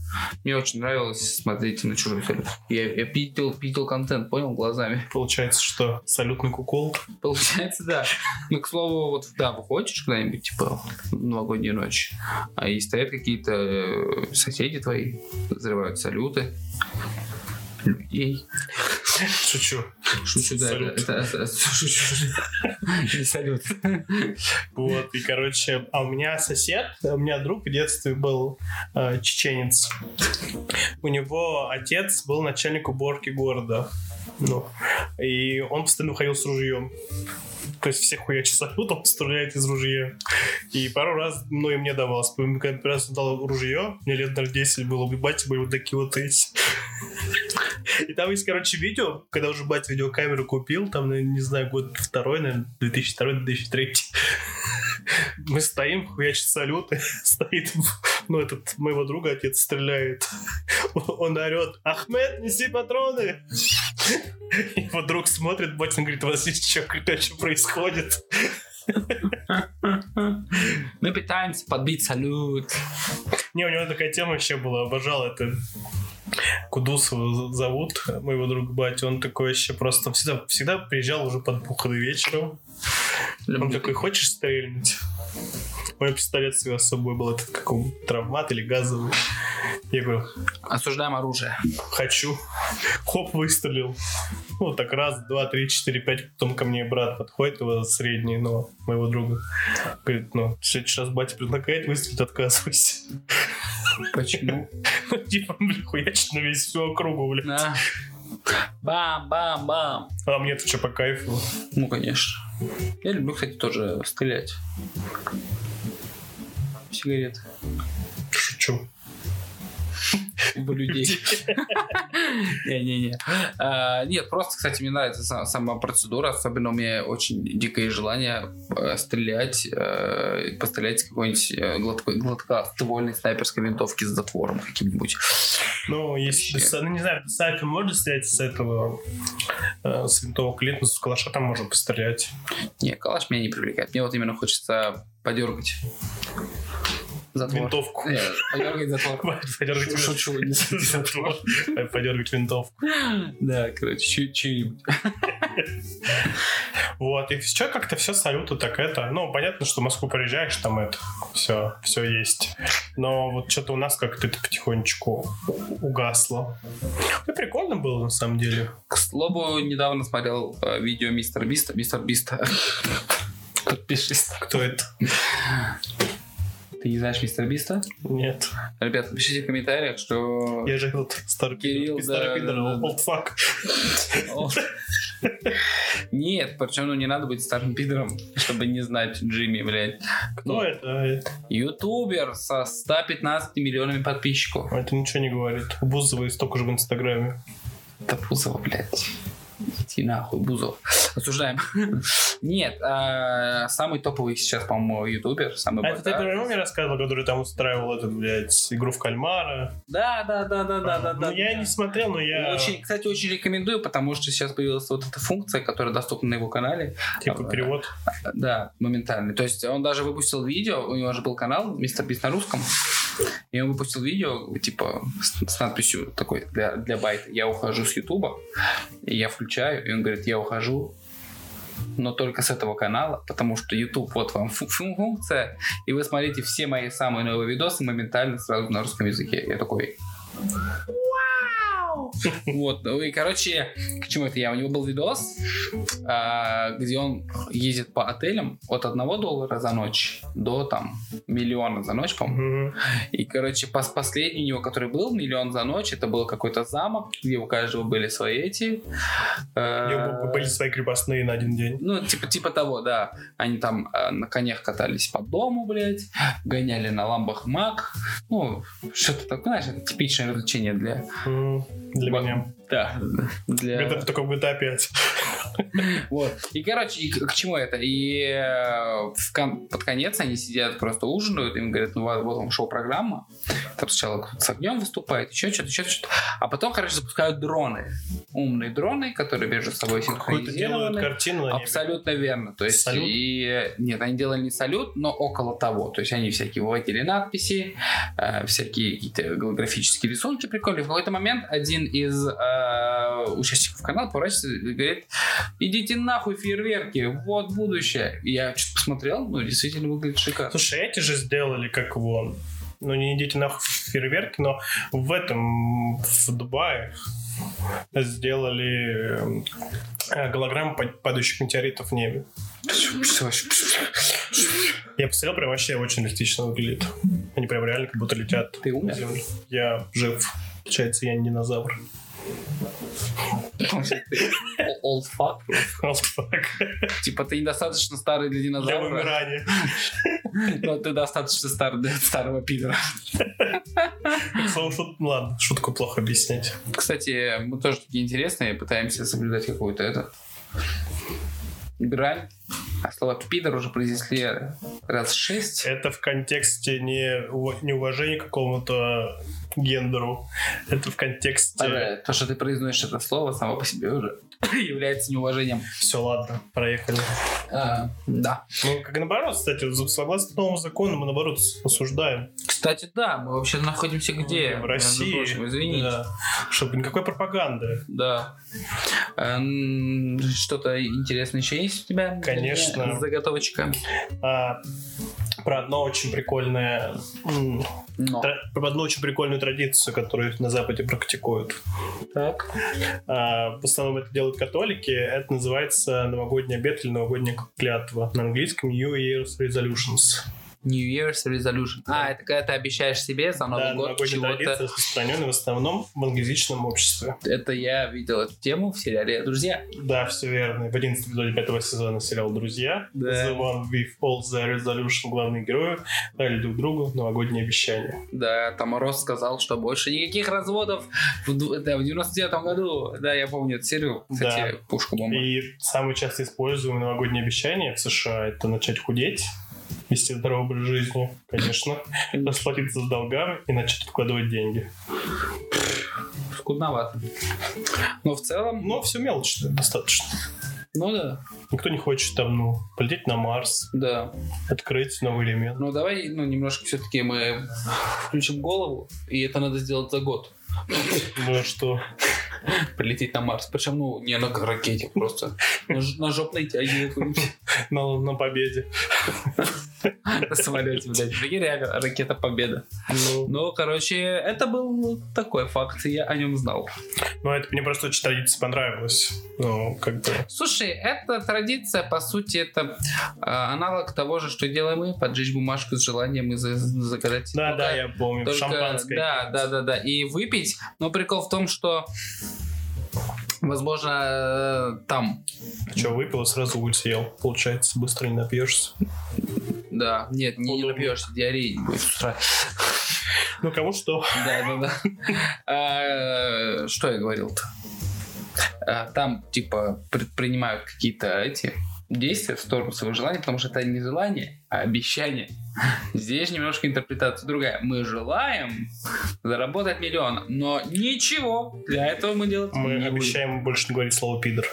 Мне очень нравилось смотреть на чужой салют. Я, я пиздил, пиздил контент, понял, глазами. Получается, что салютный кукол. Получается, да. Ну, к слову, вот, да, выходишь куда-нибудь, типа, в новогоднюю ночь, а и стоят какие-то э, соседи твои, взрывают салюты, людей. Шучу. Шучу, да, это, Салют. это- это- шучу. Не салют. Вот, и, короче, а у меня сосед, у меня друг в детстве был э, чеченец. У него отец был начальник уборки города. Ну, и он постоянно ходил с ружьем. То есть все хуячи салют, он стреляет из ружья. И пару раз, ну, и мне давалось. Помню, когда первый раз он дал ружье, мне лет, наверное, 10 было, убивать бы вот такие вот эти. И там есть, короче, видео, когда уже бать видеокамеру купил, там, наверное, не знаю, год второй, наверное, 2002-2003. Мы стоим, хуячит салюты, стоит, ну, этот, моего друга отец стреляет. Он орет, Ахмед, неси патроны! Его друг смотрит, батин говорит, у вас есть что, говорит, а что происходит? Мы пытаемся подбить салют. Не, у него такая тема вообще была, обожал это. Кудусова зовут, моего друга батя, он такой вообще просто всегда, всегда приезжал уже под буханы вечером. Он Люблю. такой, хочешь стрельнуть? У меня пистолет с его с собой был, этот как он, травмат или газовый. Я говорю, Осуждаем оружие. хочу. Хоп, выстрелил. Ну, вот так раз, два, три, четыре, пять. Потом ко мне брат подходит, его средний, но моего друга. Говорит, ну, в следующий раз батя предлагает выстрелить, отказывайся. Почему? Ну, Типа, блин, хуячит на весь всю округу, блин. Да. Бам-бам-бам. А мне-то что, по кайфу. Ну, конечно. Я люблю, кстати, тоже стрелять. Сигарет. Шучу. в людей. Не-не-не. А, Нет, просто, кстати, мне нравится са- сама процедура, особенно у меня очень дикое желание э, стрелять, э, пострелять с какой-нибудь э, глотко- гладкоствольной снайперской винтовки с затвором каким-нибудь. Ну, если Вообще. ты са- ну, не знаю, ты с Альфой можно стрелять с этого, э, с винтового клинта, с калаша там можно пострелять. Не, калаш меня не привлекает. Мне вот именно хочется подергать затвор. Винтовку. Не, подергать затвор. Подергать вин- Э, Шучу, не а затвор. Подергать винтовку. Да, короче, чё- чё-нибудь. Вот, и сейчас как-то все салюты так это. Ну, понятно, что в Москву приезжаешь, там это все, все есть. Но вот что-то у нас как-то это потихонечку угасло. Ну, прикольно было, на самом деле. К слову, недавно смотрел э, видео мистер Биста. Мистер Биста. Подпишись. Кто это? Ты не знаешь мистер Биста? Нет. Ребята, пишите в комментариях, что... Я же этот старый Кирилл, пидор, старый да, пидор, да, да, да. old fuck. Он- Нет, причем ну не надо быть старым пидором, чтобы не знать Джимми, блядь. Кто Ну, это? Ютубер со 115 миллионами подписчиков. Это ничего не говорит. У Бузовой столько же в Инстаграме. Да Бузова, блядь. Иди нахуй, Бузов. Осуждаем. Нет, а, самый топовый сейчас, по-моему, ютубер. Самый А это ты богатый. про мне рассказывал, который там устраивал эту, блядь, игру в кальмара? Да, да, да, да, да, да, да. Ну, я да. не смотрел, но я... Очень, кстати, очень рекомендую, потому что сейчас появилась вот эта функция, которая доступна на его канале. А, Типа перевод. Да, моментальный. То есть он даже выпустил видео, у него же был канал Мистер Бис на русском, и он выпустил видео, типа, с, с надписью такой для, для байта «Я ухожу с Ютуба», и я включаю, и он говорит «Я ухожу, но только с этого канала, потому что YouTube, вот вам фу- фу- функция, и вы смотрите все мои самые новые видосы моментально сразу на русском языке». Я такой «Вау!» Вот, ну и, короче, к чему это я? У него был видос, а, где он ездит по отелям от 1 доллара за ночь до там миллиона за ночь, по-моему. Мгм. И, короче, пос- последний у него, который был, миллион за ночь, это был какой-то замок, где у каждого были свои эти... У э, него б- были свои крепостные на один день. ну, типа, типа того, да. Они там э, на конях катались по дому, блядь, гоняли на ламбах мак. Ну, что-то такое, знаешь, это типичное развлечение для... Мгм. Для Вот. меня. Да, для... Это только в GTA 5. Вот. И, короче, и к, к чему это? И э, в кон- под конец они сидят, просто ужинают, им говорят, ну вот, вот вам шоу-программа. Там сначала кто-то с огнем выступает, еще что-то, еще что-то. А потом, короче, запускают дроны. Умные дроны, которые между собой Какую-то делают синхронизированы. картину на небе. Абсолютно верно. То есть, Салют? и э, нет, они делали не салют, но около того. То есть они всякие выводили надписи, э, всякие какие-то голографические рисунки прикольные. В какой-то момент один из э, участников канала поворачивается и говорит: идите нахуй фейерверки, вот будущее. И я что-то посмотрел, ну действительно выглядит шикарно. Слушай, эти же сделали, как вон. Ну, не идите нахуй в фейерверки, но в этом, в Дубае сделали э, голограмму пад- падающих метеоритов в небе. Я посмотрел, прям вообще очень реалистично выглядит. Они прям реально как будто летят Ты на умер? землю. Я жив. Получается, я не динозавр. Old fuck. What the fuck? Типа ты недостаточно старый для Для динозавра. вымирания. Но ты достаточно стар для старого пидора. К слову, шут... Ладно, шутку плохо объяснять. Кстати, мы тоже такие интересные, пытаемся соблюдать какую-то это грань. А слово пидор уже произнесли раз шесть. Это в контексте не ув- неуважения к какому-то гендеру. Это в контексте... Второе, То, что ты произносишь это слово, само по себе уже является неуважением. Все, ладно, проехали. А, да. Ну, как наоборот, кстати, вот согласно новому закону, мы наоборот осуждаем. Кстати, да, мы вообще находимся где? Между Ну, В России. прочим, извините. Да. Чтобы никакой пропаганды. Да. Эм, Что-то интересное еще есть у тебя? Конечно. Заготовочка. А, про одно очень прикольное... м, Но. тра- Про одну очень прикольную традицию, которую на Западе практикуют. Так. А, в основном это делают католики. Это называется новогодний обед или новогодняя клятва. На английском New Year's Resolutions. New Year's Resolution. А, это когда ты обещаешь себе за Новый да, А год новогодняя чего-то. традиция распространенная в основном в англоязычном обществе. Это я видел эту тему в сериале «Друзья». Да, все верно. В 11 эпизоде пятого сезона сериал «Друзья». Да. The One with All the Resolution главные герои дали друг другу новогодние обещания. Да, там Рос сказал, что больше никаких разводов в, ду- да, в 99-м году. Да, я помню эту серию. Кстати, пушку бомба. И самые часто используемые новогодние обещания в США это начать худеть, вести здоровый образ жизни, конечно, расплатиться с долгами и начать откладывать деньги. Скудновато. Но в целом, Но все мелочно достаточно. ну да, Никто не хочет там, ну, полететь на Марс, да. открыть новый элемент. Ну давай, ну немножко все-таки мы включим голову, и это надо сделать за год. Ну и что? Прилететь на Марс. Причем, ну, не на ракете просто. На, ж- на жопной тяге какой-нибудь. На лунном победе. на самолете, блядь. Прикинь, реально, ракета Победа. Ну, Ну, короче, это был такой факт, я о нем знал. ну, это мне просто очень традиция понравилась. Ну, как бы... Слушай, эта традиция, по сути, это э, аналог того же, что делаем мы, поджечь бумажку с желанием и за- загадать. Да, Ну, да, как- я помню. только- Шампанское. Да, да, да, да. И выпить, но прикол в том, что Возможно, э, там, А что, выпил и сразу гуль съел. Получается, быстро не напьешься. да, нет, не, не Удобно. напьешься, диарея не будет с утра. Ну, кому что. Да, да, да. А, Что я говорил-то? А, Там, типа, предпринимают какие-то эти действия в сторону своего желания, потому что это не желание, а обещание. Здесь немножко интерпретация другая. Мы желаем заработать миллион, но ничего для этого мы делать Мы не будем. обещаем больше не говорить слово пидор.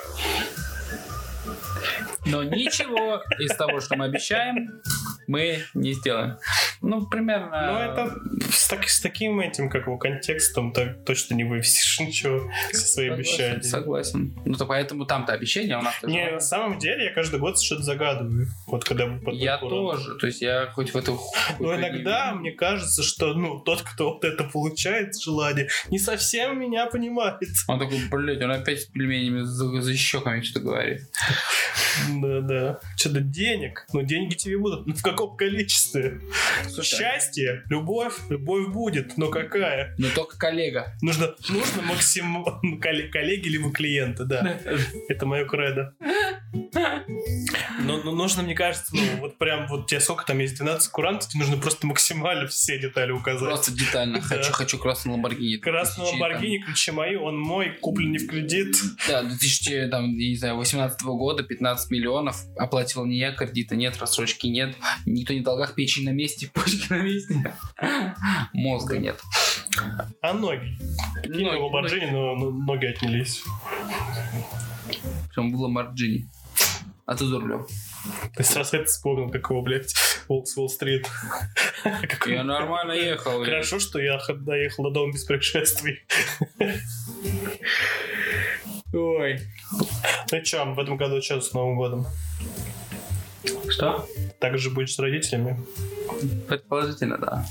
Но ничего из того, что мы обещаем, мы не сделаем. Ну, примерно... Ну, это с, так- с таким этим, как его контекстом, так точно не вывесишь ничего со своей Согласен, обещания. согласен. Ну, то поэтому там-то обещание, а у нас Не, на самом деле я каждый год что-то загадываю. Вот когда мы под Я Макурон. тоже. То есть я хоть в эту... хуйню Но иногда не верю. мне кажется, что ну тот, кто вот это получает желание, не совсем меня понимает. Он такой, блядь, он опять с пельменями за, за щеками что-то говорит. Да-да. Что-то денег. Ну, деньги тебе будут. Ну, в каком количестве? а Счастье, любовь, любовь будет, но какая? Но Ну, только коллега. Нужно, нужно максимум колле- коллеги либо клиента, да. Это мое кредо. Но, но нужно, мне кажется, ну, вот прям вот тебе сколько там есть, 12 курантов, тебе нужно просто максимально все детали указать. Просто детально. Хочу, хочу красный ламборгини. Красного 2000, там, Ламборгини, ключи мои, он мой, куплен не в кредит. Да, 2000, там, я не знаю, 18 года, 15 миллионов. Оплатил не я, кредита нет, рассрочки нет. Никто не в долгах, печень на месте, почки на месте. Мозга нет. А ноги? Какие Ноги, у Ламборджини, но но ноги отнялись. Прям в Ламборджини. А ты за рулем. Ты сразу это вспомнил, как его, блядь, Волк с Уолл-стрит. Как он- Я нормально ехал. я- Хорошо, что я х- доехал до дома без происшествий. Ой. Ну чё, в этом году что с Новым годом? Что? Так же будешь с родителями? Предположительно, да.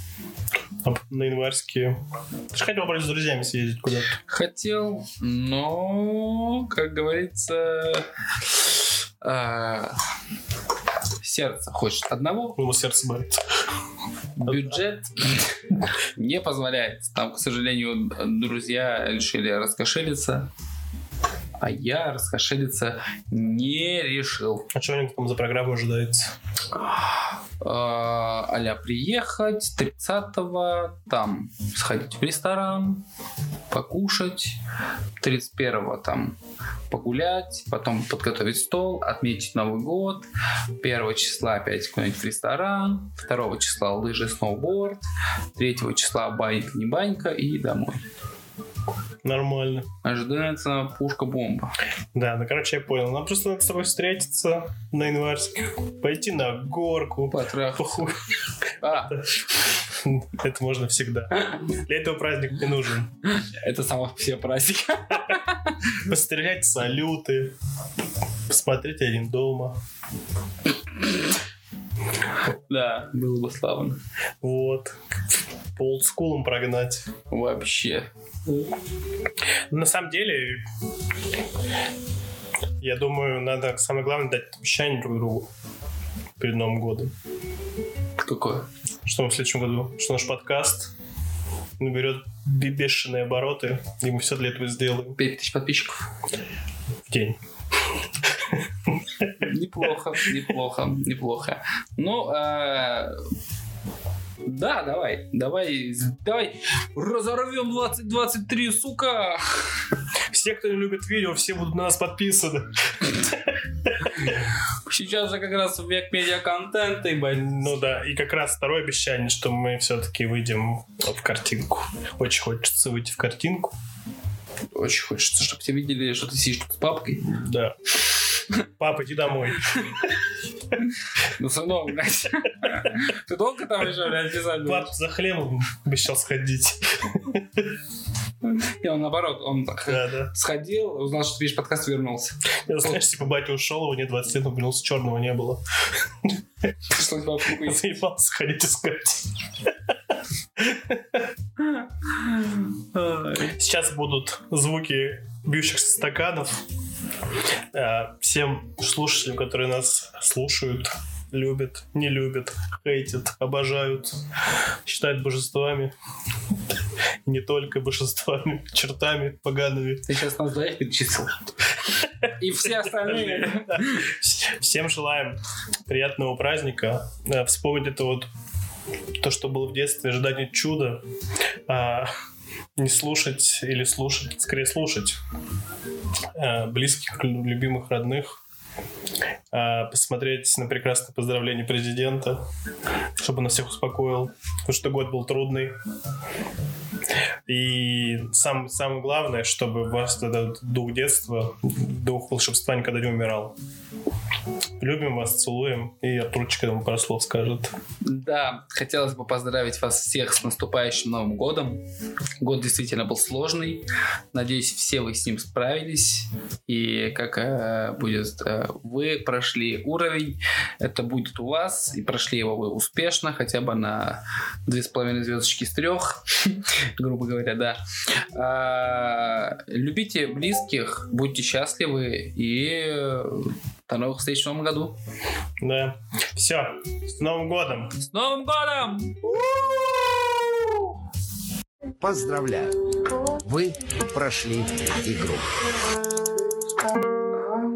А На январьские. Ты же хотел, блядь, с друзьями съездить куда-то. Хотел, но, как говорится, э, сердце хочет одного, У него сердце болит. бюджет не позволяет. Там, к сожалению, друзья решили раскошелиться, а я раскошелиться не решил. А что у них там за программа ожидается? Э, Аля приехать 30-го, там сходить в ресторан, покушать, 31-го там погулять, потом подготовить стол, отметить Новый год, 1 числа опять куда-нибудь в ресторан, 2 числа лыжи, сноуборд, 3 числа банька, не банька и домой. Нормально. Ожидается пушка-бомба. Да, ну короче, я понял. Нам просто надо с тобой встретиться на январских, пойти на горку, Потрах. похуй. А, Это можно всегда. Для этого праздник не нужен. это само по себе праздник. Пострелять в салюты, посмотреть один дома. Да, было бы славно. Вот. По олдскулам прогнать. Вообще. На самом деле, я думаю, надо самое главное дать обещание друг другу перед Новым годом. Какое? Что мы в следующем году? Что наш подкаст наберет бе- бешеные обороты, и мы все для этого сделаем 5000 подписчиков. в день. Неплохо, неплохо, неплохо. Ну, э, да, давай, давай, давай, разорвем 2023, сука! Все, кто не любит видео, все будут на нас подписаны. Сейчас же как раз век медиаконтента, ебать. Ну да, и как раз второе обещание, что мы все-таки выйдем в картинку. Очень хочется выйти в картинку. Очень хочется, чтобы все видели, что ты сидишь тут с папкой. Да. Папа, иди домой. Ну, сынок, блядь. Ты долго там лежал, блядь, писать будешь? Пап за хлебом обещал сходить. И он наоборот, он так Да, да. сходил, узнал, что ты видишь подкаст, вернулся. Я, знаешь, типа батя ушел, его не 20 лет, он вернулся, черного не было. Пришлось папку Я искать. заебался ходить искать. Ай. Сейчас будут звуки бьющихся стаканов. Э, Всем слушателям, которые нас слушают, любят, не любят, хейтят, обожают, считают божествами. И не только божествами, чертами погаными. Ты сейчас нас двоих перечислил. И все остальные. Всем желаем приятного праздника. Э, Вспомнить это вот то, что было в детстве, ожидание чуда. А, Не слушать или слушать, скорее слушать э, близких, лю- любимых, родных. А, Посмотреть на прекрасное поздравление президента, чтобы он нас всех успокоил, потому что год был трудный. И сам, самое главное, чтобы у вас этот дух детства, дух волшебства никогда не умирал. Любим вас, целуем. И Артурчик этому пару слов скажет. Да, хотелось бы поздравить вас всех с наступающим Новым годом. Год действительно был сложный. Надеюсь, все вы с ним справились. И как э, будет, э, вы прошли уровень, это будет у вас. И прошли его вы успешно, хотя бы на 2,5 звездочки с трех, грубо говоря, да. А, Любите близких, будьте счастливы и э, до новых встреч в новом году. Да. Все. С Новым годом! С Новым годом! Поздравляю! Вы прошли игру. Can't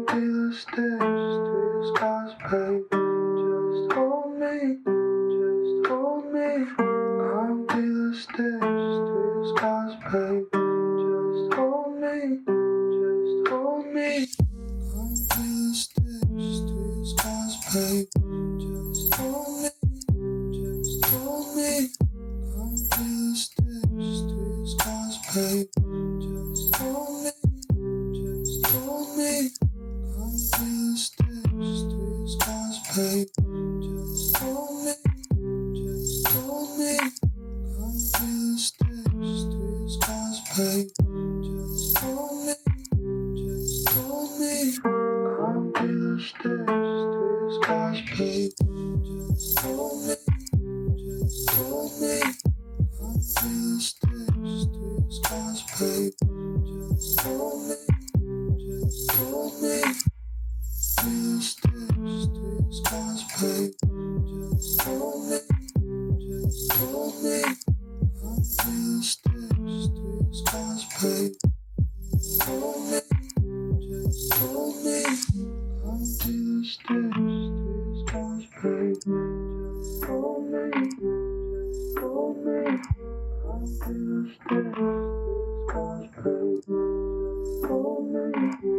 be the stairs to your scars, babe. Just hold me, just hold me. Can't be the stairs to your scars, babe. Just hold me, just hold me. Can't be the stairs to your scars, babe. Just hold me, just hold me. Can't be the stairs to your scars, babe. Just hold me. Just hold me. I'll be the steps to your scars, babe. Just hold me. Just hold me. I'll be the steps to your scars, babe. Just hold me. Just hold me. I'll be the steps to your scars, babe. Just hold me. Just hold me. I'll be the steps to your scars, babe. Just hold me. Just hold me. Feel steps to your scars, babe. Just hold me. Just hold me. I'll feel steps to your scars, babe. Just hold me. Just hold me. I'll feel steps to your scars, babe. Just hold me. Just hold me. I'll feel steps to your scars, babe. Just hold me.